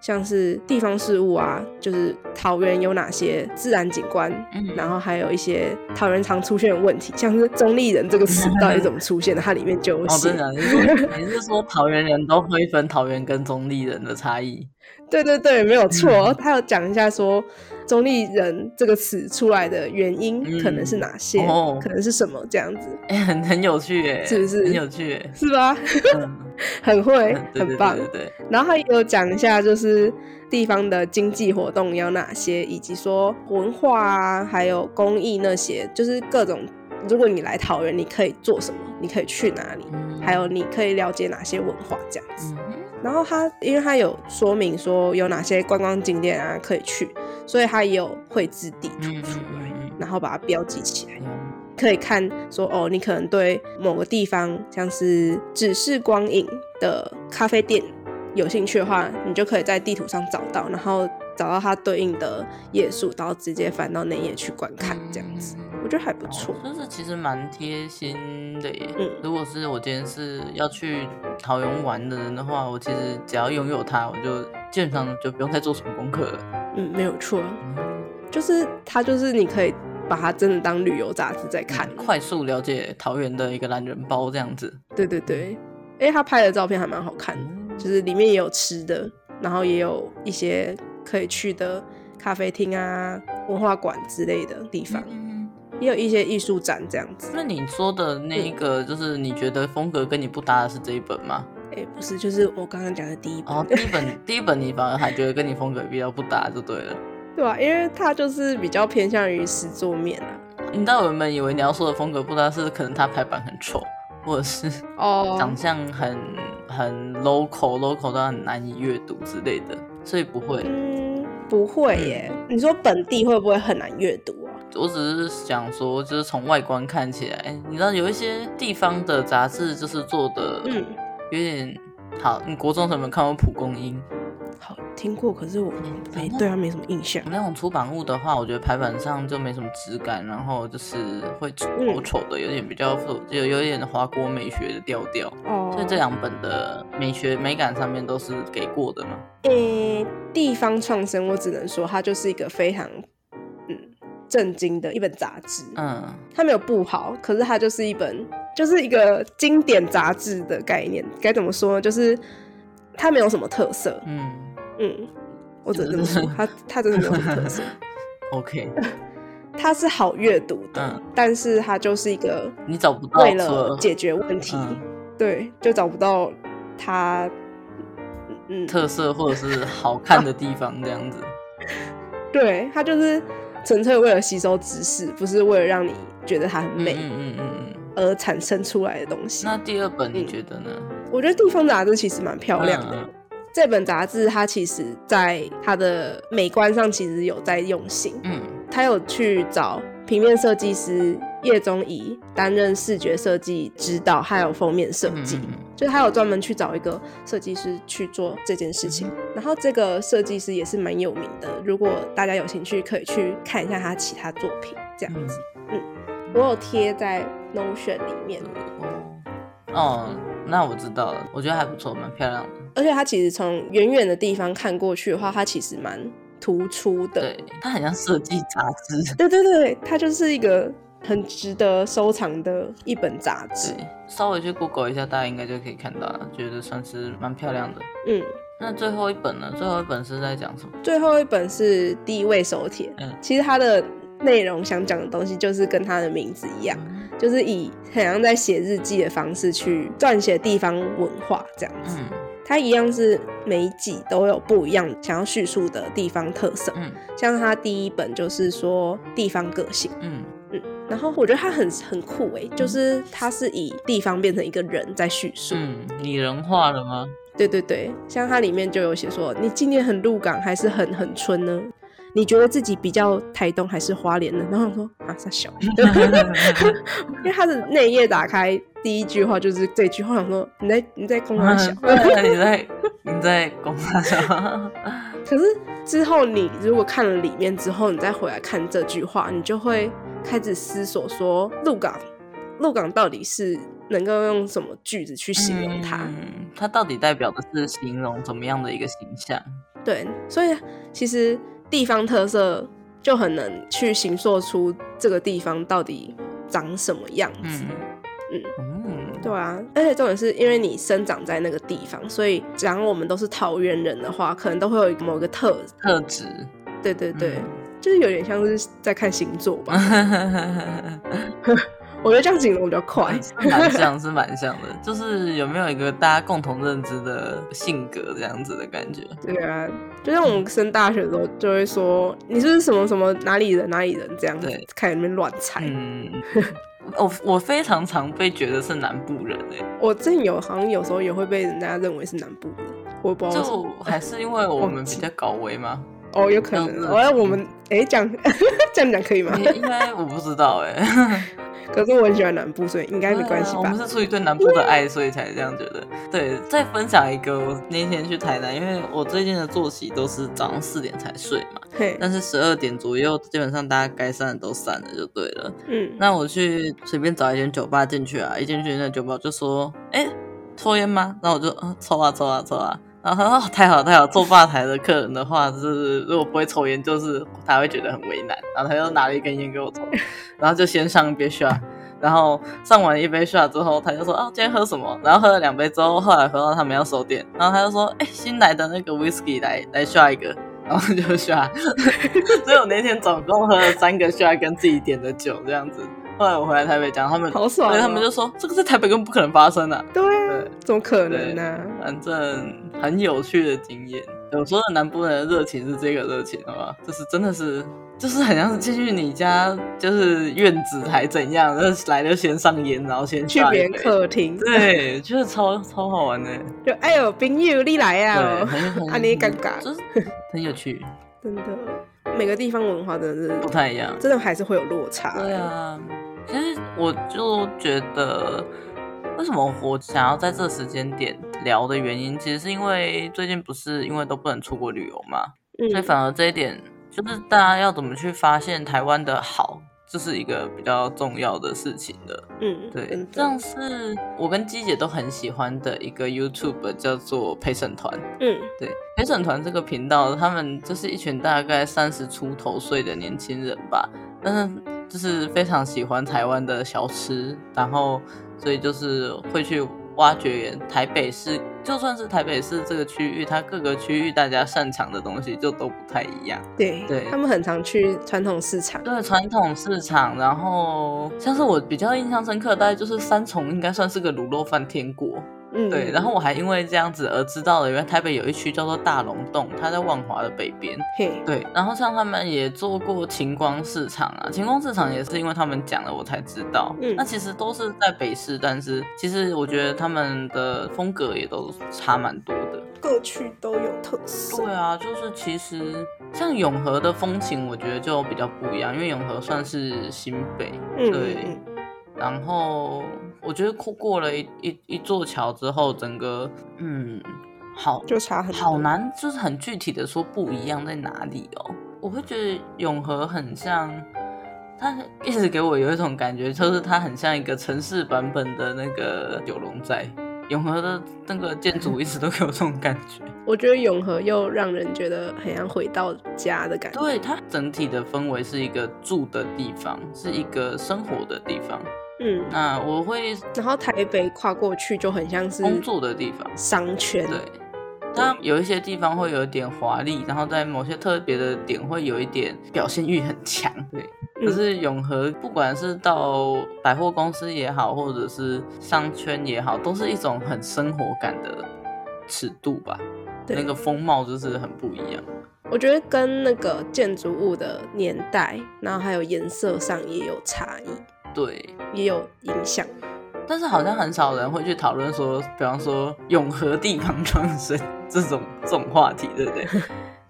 Speaker 1: 像是地方事务啊，就是桃园有哪些自然景观，
Speaker 2: 嗯
Speaker 1: 然后还有一些桃园常出现的问题，像是“中立人”这个词到底怎么出现的，它里面就有
Speaker 2: 哦，
Speaker 1: 写。
Speaker 2: 真的，你是说你是说桃园人都会分桃园跟中立人的差异？
Speaker 1: [laughs] 对对对，没有
Speaker 2: 嗯
Speaker 1: 错。他有讲一下说“中立人”这个词出来的原因
Speaker 2: 嗯
Speaker 1: 可能是哪些，
Speaker 2: 哦
Speaker 1: 可能是什么这样子，
Speaker 2: 哎、很很有趣哎、
Speaker 1: 是不是
Speaker 2: 很有趣哎、
Speaker 1: 是吧？
Speaker 2: 嗯，
Speaker 1: [laughs] 很会，
Speaker 2: 对
Speaker 1: 很
Speaker 2: 对
Speaker 1: 棒
Speaker 2: 对。对对，
Speaker 1: 然后他也有讲一下，就是地方的经济活动有哪些，以及说文化啊，还有工艺那些，就是各种。如果你来桃园，你可以做什么？你可以去哪里？
Speaker 2: 嗯
Speaker 1: 还有你可以了解哪些文化这样子。
Speaker 2: 嗯哼
Speaker 1: 然后他，因为他有说明说有哪些观光景点啊可以去，所以他也有绘制地图
Speaker 2: 嗯
Speaker 1: 出来，
Speaker 2: 嗯嗯
Speaker 1: 然后把它标记起来。
Speaker 2: 嗯
Speaker 1: 可以看说哦，你可能对某个地方，像是只是光影的咖啡店有兴趣的话，你就可以在地图上找到，然后找到它对应的页数，然后直接翻到那页去观看，这样子，我觉得还不错
Speaker 2: 哦。就是其实蛮贴心的耶。
Speaker 1: 嗯
Speaker 2: 如果是我今天是要去桃园玩的人的话，我其实只要拥有它，我就基本上就不用再做什么功课了。
Speaker 1: 嗯，没有错，
Speaker 2: 嗯
Speaker 1: 就是它就是你可以把它真的当旅游杂志在看，
Speaker 2: 快速了解桃园的一个懒人包这样子。
Speaker 1: 对对对，因为他拍的照片还蛮好看的，
Speaker 2: 嗯
Speaker 1: 就是里面也有吃的，然后也有一些可以去的咖啡厅啊、文化馆之类的地方，
Speaker 2: 嗯
Speaker 1: 也有一些艺术展这样子。
Speaker 2: 那你说的那一个，就是你觉得风格跟你不搭的是这一本吗？
Speaker 1: 哎、不是，就是我刚刚讲的第一本，
Speaker 2: 哦，第一本第一本你反而还觉得跟你风格比较不搭，就对了。
Speaker 1: [laughs] 对吧、因为它就是比较偏向于实作面啊。
Speaker 2: 你知道我原本以为你要说的风格不搭是可能他排版很丑，或者是
Speaker 1: 哦
Speaker 2: 长，相很很 local local 到很难以阅读之类的，所以不会。
Speaker 1: 嗯，不会耶。你说本地会不会很难阅读啊？
Speaker 2: 我只是想说，就是从外观看起来，哎你知道有一些地方的杂志就是做的
Speaker 1: 嗯，
Speaker 2: 有点好。你国中有没有看过蒲公英？
Speaker 1: 好，听过，可是我
Speaker 2: 嗯
Speaker 1: 没
Speaker 2: 反正
Speaker 1: 对它没什么印象。
Speaker 2: 那种出版物的话，我觉得排版上就没什么质感，然后就是会丑丑的，有点比较有有点华国美学的调调。
Speaker 1: 哦，
Speaker 2: 所以这两本的美学美感上面都是给过的嘛。
Speaker 1: 诶、地方创生，我只能说它就是一个非常嗯震惊的一本杂志。
Speaker 2: 嗯，
Speaker 1: 它没有不好，可是它就是一本，就是一个经典杂志的概念。该怎么说呢？就是它没有什么特色。
Speaker 2: 嗯
Speaker 1: 嗯，我只能这么说，它它真的没有什么特
Speaker 2: [laughs]
Speaker 1: 色。
Speaker 2: ，OK，
Speaker 1: 它是好阅读的，
Speaker 2: 嗯
Speaker 1: 但是它就是一个
Speaker 2: 你找不到
Speaker 1: 为
Speaker 2: 除
Speaker 1: 了
Speaker 2: 了
Speaker 1: 解决问题，
Speaker 2: 嗯
Speaker 1: 对，就找不到它。嗯，
Speaker 2: 特色或者是好看的地方这样子。
Speaker 1: 对，它就是纯粹为了吸收知识，不是为了让你觉得它很
Speaker 2: 嗯
Speaker 1: 美
Speaker 2: 嗯嗯嗯嗯。
Speaker 1: 而产生出来的东西。
Speaker 2: 那第二本你觉得呢？
Speaker 1: 我觉得《地方杂志》其实蛮漂亮的。
Speaker 2: 嗯
Speaker 1: 这本杂志它其实在它的美观上其实有在用心，
Speaker 2: 嗯
Speaker 1: 它有去找平面设计师叶宗仪担任视觉设计指导，还有封面设
Speaker 2: 嗯
Speaker 1: 计。
Speaker 2: 嗯
Speaker 1: 就是他有专门去找一个设计师去做这件事
Speaker 2: 嗯
Speaker 1: 情，然后这个设计师也是蛮有名的，如果大家有兴趣可以去看一下他其他作品，这样子。
Speaker 2: 嗯
Speaker 1: 我有贴在 Notion 里面，
Speaker 2: 哦，哦，那我知道了，我觉得还不错，蛮漂亮的。
Speaker 1: 而且它其实从远远的地方看过去的话，它其实蛮突出的。
Speaker 2: 对，它很像设计杂志。
Speaker 1: 对对对，它就是一个很值得收藏的一本杂志。
Speaker 2: 对，稍微去 Google 一下，大家应该就可以看到了，觉得算是蛮漂亮的。
Speaker 1: 嗯，
Speaker 2: 那最后一本呢？最后一本是在讲什么？
Speaker 1: 最后一本是《第一位手帖》
Speaker 2: 嗯
Speaker 1: 其实它的内容想讲的东西就是跟它的名字一样，就是以很像在写日记的方式去撰写地方文化这样子。
Speaker 2: 嗯
Speaker 1: 它一样是每一季都有不一样想要叙述的地方特色，
Speaker 2: 嗯
Speaker 1: 像它第一本就是说地方个性。
Speaker 2: 嗯
Speaker 1: 然后我觉得它很很酷诶、就是它是以地方变成一个人在叙述。
Speaker 2: 嗯，拟人化了吗？，
Speaker 1: 对对对，像它里面就有写说，你今年很鹿港还是很很春呢？你觉得自己比较台东还是花莲呢？然后我说啊，傻小，因为它的内页打开第一句话就是这句话，我想说你在你在公安小
Speaker 2: [laughs] 你在你在公大小，
Speaker 1: 可是之后你如果看了里面之后，你再回来看这句话，你就会开始思索说，鹿港，鹿港到底是能够用什么句子去形容它？
Speaker 2: 嗯，它到底代表的是形容怎么样的一个形象？
Speaker 1: 对，所以其实地方特色就很能去形塑出这个地方到底长什么样子。
Speaker 2: 嗯
Speaker 1: 嗯
Speaker 2: 嗯，
Speaker 1: 对啊，而且重点是因为你生长在那个地方，所以假如我们都是桃园人的话，可能都会有某一个特，
Speaker 2: 特质，
Speaker 1: 对对对，
Speaker 2: [laughs] 嗯
Speaker 1: 就是有点像是在看星座吧。我觉得这样形容比较快。
Speaker 2: 蛮像是蛮像的，就是有没有一个大家共同认知的性格这样子的感觉？
Speaker 1: 对啊，就像我们升大学的时候就会说你是不是什么什么哪里人哪里人这样子
Speaker 2: 对，
Speaker 1: 开始在那边乱猜。
Speaker 2: 嗯， [laughs] 我我非常常被觉得是南部人哎、
Speaker 1: 我之前有好像有时候也会被人家认为是南部人，我不知道为什么
Speaker 2: 就还是因为我们
Speaker 1: 忘
Speaker 2: 比
Speaker 1: 记
Speaker 2: 较搞维
Speaker 1: [laughs]
Speaker 2: 吗？
Speaker 1: 哦，有可能
Speaker 2: 这样。子
Speaker 1: 哦，我们哎讲 [laughs] 这样讲可以吗？
Speaker 2: 也应该我不知道
Speaker 1: [laughs]
Speaker 2: 哎、
Speaker 1: 可是我很喜欢南部，所以应该没关系
Speaker 2: [laughs] 对啊我
Speaker 1: 吧
Speaker 2: 们？是出于对南部的爱，所以才这样觉得。对，再分享一个，我那天去台南，因为我最近的作息都是早上四点才睡嘛，
Speaker 1: 嘿，
Speaker 2: 但是十二点左右基本上大家该散的都散了，就对了。
Speaker 1: 嗯，
Speaker 2: 那我去随便找一间酒吧进去啊，一进去那酒吧就说：“哎、抽烟吗？”然后我就嗯抽啊抽啊抽啊。然后他说、哦、太好太好，做吧台的客人的话，就是如果不会抽烟，就是他会觉得很为难。然后他又拿了一根烟给我抽，然后就先上一杯 shot，然后上完一杯 shot 之后，他就说啊今天喝什么？然后喝了两杯之后，后来喝到他们要收店，然后他就说哎、新来的那个 whisky 来来 shot 一个，然后就 shot，所以我那天总共喝了三个 shot 跟自己点的酒这样子。后来我回来台北讲他们，
Speaker 1: 好爽
Speaker 2: 所
Speaker 1: 哦。
Speaker 2: 以他们就说这个在台北根本不可能发生的、啊。
Speaker 1: 对啊，
Speaker 2: 对，
Speaker 1: 怎么可能啊呢？
Speaker 2: 反正很有趣的经验。有时候南部人的热情是这个热情，好吧？就是真的是，就是很像是进去你家就是院子还怎样，就是来就先上烟，然后先
Speaker 1: 去
Speaker 2: 下一
Speaker 1: 别人
Speaker 2: 杯。
Speaker 1: 客厅，
Speaker 2: 对，就是超超好玩的，
Speaker 1: 就哎呦，冰友你来
Speaker 2: 对，
Speaker 1: 啊，
Speaker 2: 很很
Speaker 1: 啊你也尴尬
Speaker 2: 就是很有趣，
Speaker 1: 真的，每个地方文化真的
Speaker 2: 不
Speaker 1: 是
Speaker 2: 太一样。
Speaker 1: 真的还是会有落差。
Speaker 2: 对啊，其实我就觉得，为什么我想要在这时间点聊的原因，其实是因为最近不是因为都不能出国旅游嘛，所以
Speaker 1: 嗯，
Speaker 2: 反而这一点就是大家要怎么去发现台湾的好，这是一个比较重要的事情的。
Speaker 1: 嗯，
Speaker 2: 对
Speaker 1: 真，
Speaker 2: 这样是我跟鸡姐都很喜欢的一个 YouTube 叫做陪审团。
Speaker 1: 嗯
Speaker 2: 对，陪审团这个频道，他们就是一群大概三十出头岁的年轻人吧，但是就是非常喜欢台湾的小吃，然后所以就是会去挖掘台北市，就算是台北市这个区域，它各个区域大家擅长的东西就都不太一样。
Speaker 1: 对
Speaker 2: 对
Speaker 1: 他们很常去传统市场，
Speaker 2: 对传统市场，然后像是我比较印象深刻，大概就是三重应该算是个卤肉饭天国，
Speaker 1: 嗯，
Speaker 2: 对，然后我还因为这样子而知道了，原来台北有一区叫做大龙洞，它在万华的北边。
Speaker 1: 嘿，
Speaker 2: 对，然后像他们也做过晴光市场啊，晴光市场也是因为他们讲了我才知道。
Speaker 1: 嗯
Speaker 2: 那其实都是在北市，但是其实我觉得他们的风格也都差蛮多的。
Speaker 1: 各区都有特色，
Speaker 2: 对啊，就是其实像永和的风情，我觉得就比较不一样，因为永和算是新北，
Speaker 1: 嗯
Speaker 2: 对
Speaker 1: 嗯
Speaker 2: 然后我觉得过过了一一一座桥之后，整个嗯，好
Speaker 1: 就差很多
Speaker 2: 好难，就是很具体的说不一样在哪里哦。我会觉得永和很像它一直给我有一种感觉，就是它很像一个城市版本的那个九龙寨，永和的那个建筑一直都给我这种感
Speaker 1: [laughs]
Speaker 2: 觉。
Speaker 1: 我觉得永和又让人觉得很像回到家的感觉。
Speaker 2: 对，它整体的氛围是一个住的地方，是一个生活的地方。
Speaker 1: 嗯，
Speaker 2: 那我会
Speaker 1: 然后台北跨过去就很像是
Speaker 2: 工作的地方，
Speaker 1: 商圈，
Speaker 2: 对，它有一些地方会有一点华丽，然后在某些特别的点会有一点表现欲很强，对。
Speaker 1: 嗯
Speaker 2: 可是永和不管是到百货公司也好，或者是商圈也好，都是一种很生活感的尺度吧，
Speaker 1: 对
Speaker 2: 那个风貌就是很不一样。
Speaker 1: 我觉得跟那个建筑物的年代，然后还有颜色上也有差异，
Speaker 2: 对，
Speaker 1: 也有影响。
Speaker 2: 但是好像很少人会去讨论说，比方说永和地方创生这种这种话题，对不对？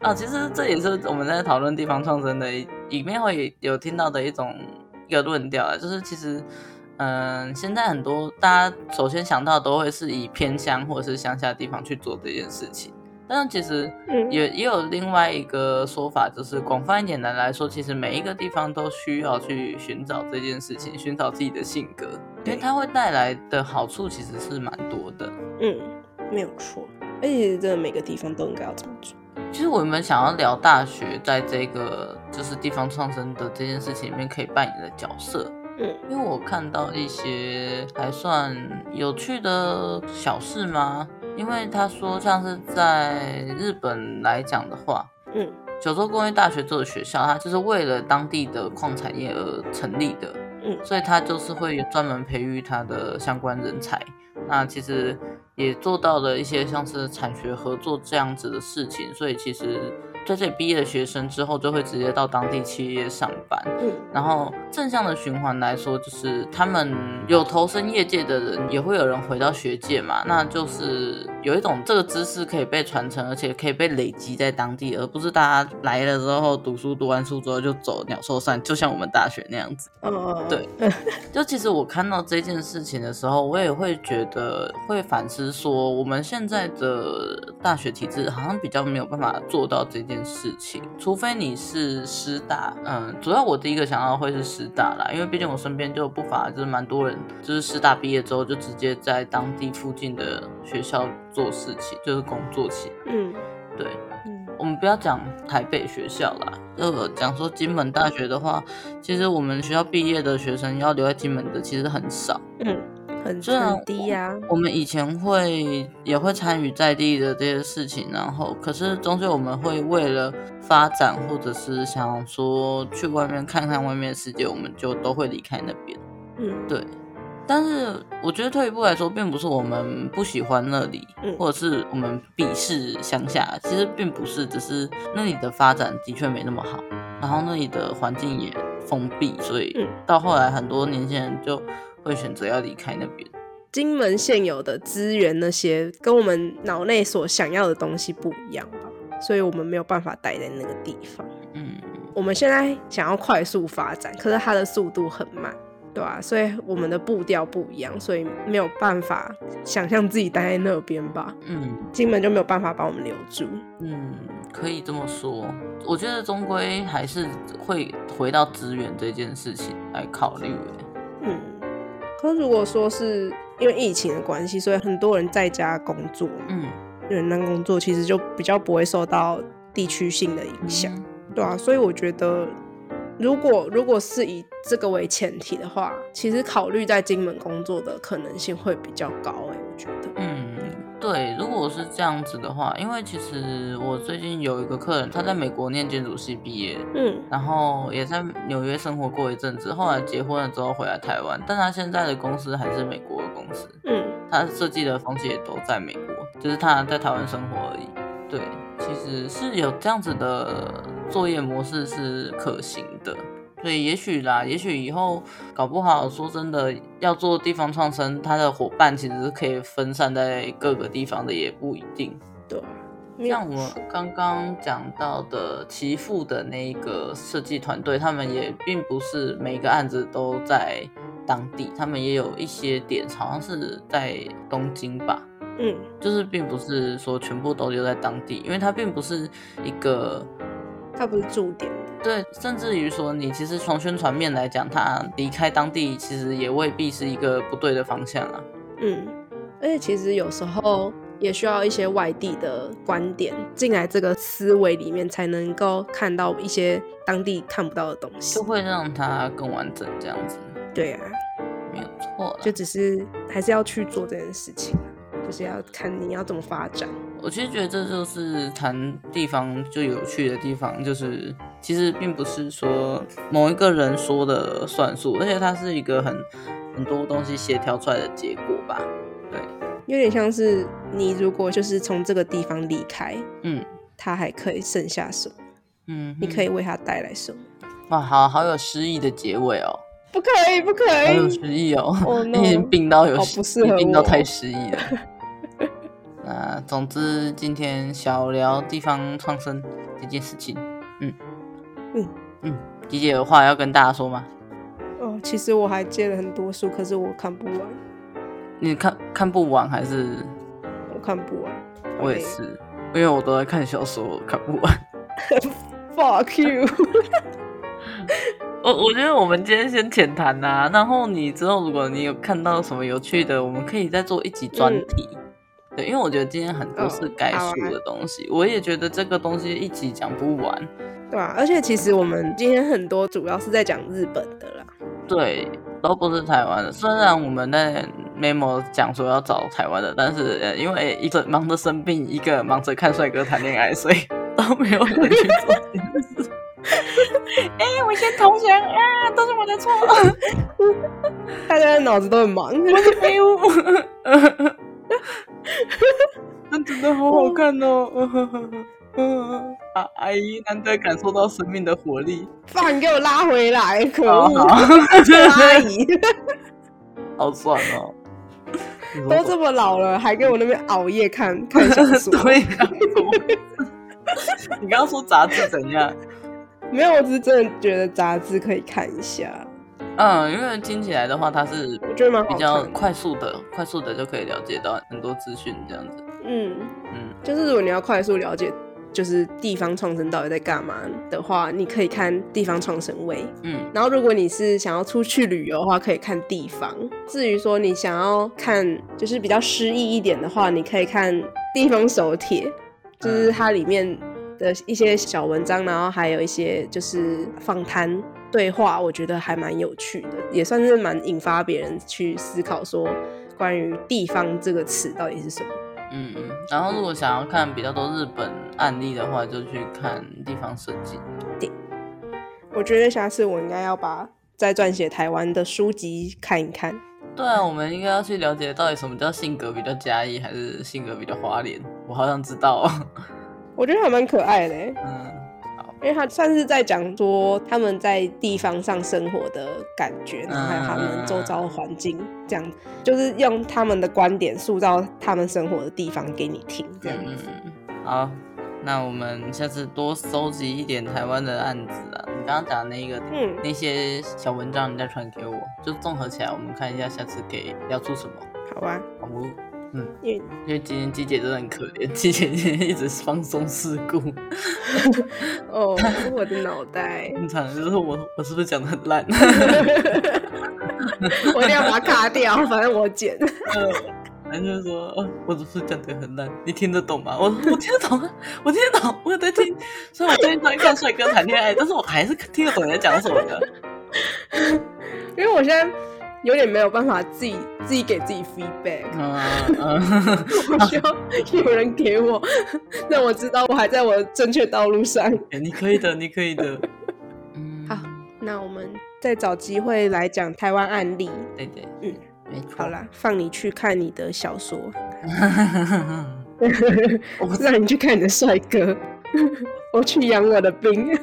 Speaker 2: 啊，其实这也是我们在讨论地方创生的一里面会有听到的一种一个论调啊，就是其实，嗯、现在很多大家首先想到都会是以偏乡或者是乡下地方去做这件事情，但是其实
Speaker 1: 嗯
Speaker 2: 也也有另外一个说法，就是广泛一点的来说，其实每一个地方都需要去寻找这件事情，寻找自己的性格，因
Speaker 1: 对
Speaker 2: 为它会带来的好处其实是蛮多的。
Speaker 1: 嗯，没有错。而且真的每个地方都应该要这么做。
Speaker 2: 其实我们想要聊大学在这个就是地方创生的这件事情里面可以扮演的角色，
Speaker 1: 嗯，
Speaker 2: 因为我看到一些还算有趣的小事吗？因为他说像是在日本来讲的话，
Speaker 1: 嗯，
Speaker 2: 九州工业大学这个学校，它就是为了当地的矿产业而成立的，
Speaker 1: 嗯
Speaker 2: 所以它就是会专门培育它的相关人才。那其实也做到了一些像是产学合作这样子的事情，所以其实在这里毕业的学生之后，就会直接到当地企业上班。
Speaker 1: 嗯
Speaker 2: 然后正向的循环来说，就是他们有投身业界的人，也会有人回到学界嘛，那就是有一种这个知识可以被传承，而且可以被累积在当地，而不是大家来了之后读书，读完书之后就走鸟兽散，就像我们大学那样子。
Speaker 1: 哦，
Speaker 2: 对，就其实我看到这件事情的时候，我也会觉得会反思说，我们现在的大学体制好像比较没有办法做到这件事情，除非你是师大，嗯，主要我第一个想到会是师大啦，因为毕竟我身边就不乏就是蛮多人，就是师大毕业之后就直接在当地附近的学校做事情，就是工作起，
Speaker 1: 嗯
Speaker 2: 对。
Speaker 1: 嗯
Speaker 2: 我们不要讲台北学校啦，呃，讲说金门大学的话，其实我们学校毕业的学生要留在金门的其实很少。
Speaker 1: 嗯，很
Speaker 2: 虽然
Speaker 1: 很低呀、
Speaker 2: 我们以前会也会参与在地的这些事情，然后可是终究我们会为了发展或者是想说去外面看看外面的世界，我们就都会离开那边。
Speaker 1: 嗯，
Speaker 2: 对，但是我觉得退一步来说，并不是我们不喜欢那里，
Speaker 1: 嗯
Speaker 2: 或者是我们鄙视乡下，其实并不是，只是那里的发展的确没那么好，然后那里的环境也封闭，所以
Speaker 1: 嗯
Speaker 2: 到后来很多年轻人就会选择要离开那边。
Speaker 1: 金门现有的资源那些跟我们脑内所想要的东西不一样吧，所以我们没有办法待在那个地方。
Speaker 2: 嗯，
Speaker 1: 我们现在想要快速发展，可是它的速度很慢，对吧、所以我们的步调不一样，所以没有办法想象自己待在那边吧。
Speaker 2: 嗯。
Speaker 1: 金门就没有办法把我们留住。
Speaker 2: 嗯，可以这么说。我觉得终归还是会回到资源这件事情来考虑欸。
Speaker 1: 嗯，可如果说是因为疫情的关系，所以很多人在家工作嘛，
Speaker 2: 嗯，
Speaker 1: 远端工作其实就比较不会受到地区性的影响。对啊，所以我觉得，如果如果是以这个为前提的话，其实考虑在金门工作的可能性会比较高诶、我觉得。
Speaker 2: 嗯，对，如果是这样子的话，因为其实我最近有一个客人，他在美国念建筑系毕业，
Speaker 1: 嗯
Speaker 2: 然后也在纽约生活过一阵子，后来结婚了之后回来台湾，但他现在的公司还是美国的公司，
Speaker 1: 嗯
Speaker 2: 他设计的风气也都在美国，就是他在台湾生活而已。对，其实是有这样子的作业模式是可行的，所以也许啦，也许以后搞不好，说真的，要做地方创生，他的伙伴其实是可以分散在各个地方的，也不一定。
Speaker 1: 对啊，没有
Speaker 2: 像我们刚刚讲到的其父的那一个设计团队，他们也并不是每个案子都在当地，他们也有一些点好像是在东京吧，
Speaker 1: 嗯
Speaker 2: 就是并不是说全部都留在当地，因为它并不是一个
Speaker 1: 它不是驻点的，
Speaker 2: 对，甚至于说，你其实从宣传面来讲，他离开当地其实也未必是一个不对的方向啊。
Speaker 1: 嗯，而且其实有时候也需要一些外地的观点进来这个思维里面，才能够看到一些当地看不到的东西
Speaker 2: 就。会让它更完整这样子，
Speaker 1: 对啊，
Speaker 2: 没有错啦
Speaker 1: 就。只是还是要去做这件事情，啊就是要看你要怎么发展。
Speaker 2: 我其实觉得这就是谈地方就有趣的地方，就是其实并不是说某一个人说的算数，而且它是一个很很多东西协调出来的结果吧。对，
Speaker 1: 有点像是你如果就是从这个地方离开，
Speaker 2: 嗯
Speaker 1: 它还可以剩下什么？
Speaker 2: 嗯，
Speaker 1: 你可
Speaker 2: 以
Speaker 1: 以为它带来什么？
Speaker 2: 哇，好好有诗意的结尾哦，
Speaker 1: 不可以，不可
Speaker 2: 好 [laughs] 有
Speaker 1: 以。
Speaker 2: 诗意哦，
Speaker 1: Oh
Speaker 2: 你已
Speaker 1: no
Speaker 2: 经病到有
Speaker 1: 好
Speaker 2: 诗
Speaker 1: 哎不适合
Speaker 2: 你病到
Speaker 1: 我
Speaker 2: 太诗意了。那总之，今天小聊地方创生这件事情，嗯
Speaker 1: 嗯
Speaker 2: 嗯，吉姐有话要跟大家说吗？
Speaker 1: 哦，其实我还借了很多书，可是我看不完，
Speaker 2: 你看看不完还是？
Speaker 1: 我看不完。
Speaker 2: 我也
Speaker 1: OK
Speaker 2: 是，因为我都在看小说，我看不完。
Speaker 1: Fuck you！
Speaker 2: [laughs]
Speaker 1: [laughs]
Speaker 2: 我我觉得我们今天先浅谈呐、然后你之后如果你有看到什么有趣的，我们可以再做一集专题。对，因为我觉得今天很多是该
Speaker 1: 好啊
Speaker 2: 说的东西，我也觉得这个东西一集讲不完。
Speaker 1: 对啊，而且其实我们今天很多主要是在讲日本的啦。
Speaker 2: 对，都不是台湾的。虽然我们在 memo 讲说要找台湾的，但是呃因为一个忙着生病，一个忙着看帅哥谈恋爱，所以都没有人去做这件事。 [laughs] 哎、我先投降啊！都是我的错，
Speaker 1: 大家的脑子都很忙，
Speaker 2: [laughs] 废物。 [laughs] 那真的好好看哦！ [laughs] 啊，阿姨难得感受到生命的活力。
Speaker 1: 放给我拉回来，可
Speaker 2: 好
Speaker 1: 恶！
Speaker 2: 好，
Speaker 1: 这个阿姨
Speaker 2: [laughs] 好爽 [laughs] 哦！你说
Speaker 1: 都这么老了，还给我那边熬夜看看小
Speaker 2: [laughs]
Speaker 1: 说。
Speaker 2: 对呀、怎么回事 [laughs] 你刚刚说杂志怎样？
Speaker 1: 没有，我只是真的觉得杂志可以看一下，
Speaker 2: 嗯，因为听起来的话，它是
Speaker 1: 我觉得蛮好
Speaker 2: 比较
Speaker 1: 看的。
Speaker 2: 快速的，快速的就可以了解到很多资讯这样子。
Speaker 1: 嗯，
Speaker 2: 嗯，
Speaker 1: 就是如果你要快速了解，就是地方创生到底在干嘛的话，你可以看地方创生位。
Speaker 2: 嗯
Speaker 1: 然后，如果你是想要出去旅游的话，可以看地方。至于说你想要看就是比较诗意一点的话，你可以看地方手帖，就是它里面的一些小文章，然后还有一些就是访谈对话，我觉得还蛮有趣的，也算是蛮引发别人去思考说关于“地方”这个词到底是什么。
Speaker 2: 嗯嗯。然后如果想要看比较多日本案例的话，就去看地方设计。
Speaker 1: 我觉得下次我应该要把再撰写台湾的书籍看一看。
Speaker 2: 对啊，我们应该要去了解到底什么叫性格比较压抑，还是性格比较花脸。我好想知道、哦。 [laughs]
Speaker 1: 我觉得还蛮可爱的、欸，
Speaker 2: 嗯
Speaker 1: 因为他算是在讲说他们在地方上生活的感觉，然后还有他们周遭环境，这样就是用他们的观点塑造他们生活的地方给你听，这样
Speaker 2: 嗯
Speaker 1: 子。
Speaker 2: 嗯。好，那我们下次多收集一点台湾的案子啊。你刚刚讲的那个
Speaker 1: 嗯，
Speaker 2: 那些小文章，你再传给我，就综合起来，我们看一下下次可以聊出什么。
Speaker 1: 好吧，
Speaker 2: 好不？
Speaker 1: 因为
Speaker 2: 因为今天鸡姐真的很可怜，鸡姐今天一直放松事故，
Speaker 1: 哦，我的脑 [laughs] 袋，
Speaker 2: 很惨。就是我，我是不是讲的很烂？
Speaker 1: 我一定要把它卡掉，反正我剪。
Speaker 2: 然后就说，哦我只是讲的很烂，你听得懂吗？我我听得懂啊，我听得懂，我有在听。虽然我最近在看帅哥谈恋爱，但是我还是听得懂你在讲什么的。
Speaker 1: 因为我现在有点没有办法自己自己给自己 [laughs] feedback，
Speaker 2: 嗯嗯，
Speaker 1: 我需要有人给我，让我知道我还在我的正确道路上。
Speaker 2: 你可以的，你可以的。嗯，
Speaker 1: 好那我们再找机会来讲台湾案例。
Speaker 2: 对对，
Speaker 1: 嗯，
Speaker 2: 没错。
Speaker 1: 好啦，放你去看你的小说，
Speaker 2: 我
Speaker 1: 我让你去看你的帅哥， [laughs] 我去养我的兵。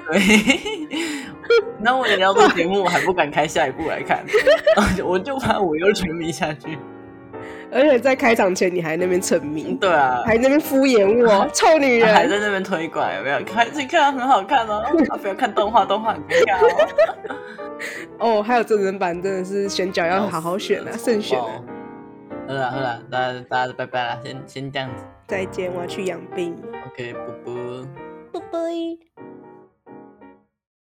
Speaker 2: 对，那我也聊这个节目，我还不敢开下一步来看， [laughs] 我就怕我又沉迷下去。
Speaker 1: 而且在开场前你还那边沉迷，
Speaker 2: 对啊，
Speaker 1: 还那边敷衍我，臭女
Speaker 2: 还
Speaker 1: 人！
Speaker 2: 在那边推广，有没有？看自己看很好看哦，啊，不要看动画，动画很尴尬哦。
Speaker 1: 哦，还有真人版真的是选角 [laughs] 要好好选啊，慎选啊！。
Speaker 2: 哦好啦好啦，大家大家拜拜啦，先先这样子
Speaker 1: 再见，我要去养兵，
Speaker 2: ，OK，啵啵。
Speaker 1: 拜拜。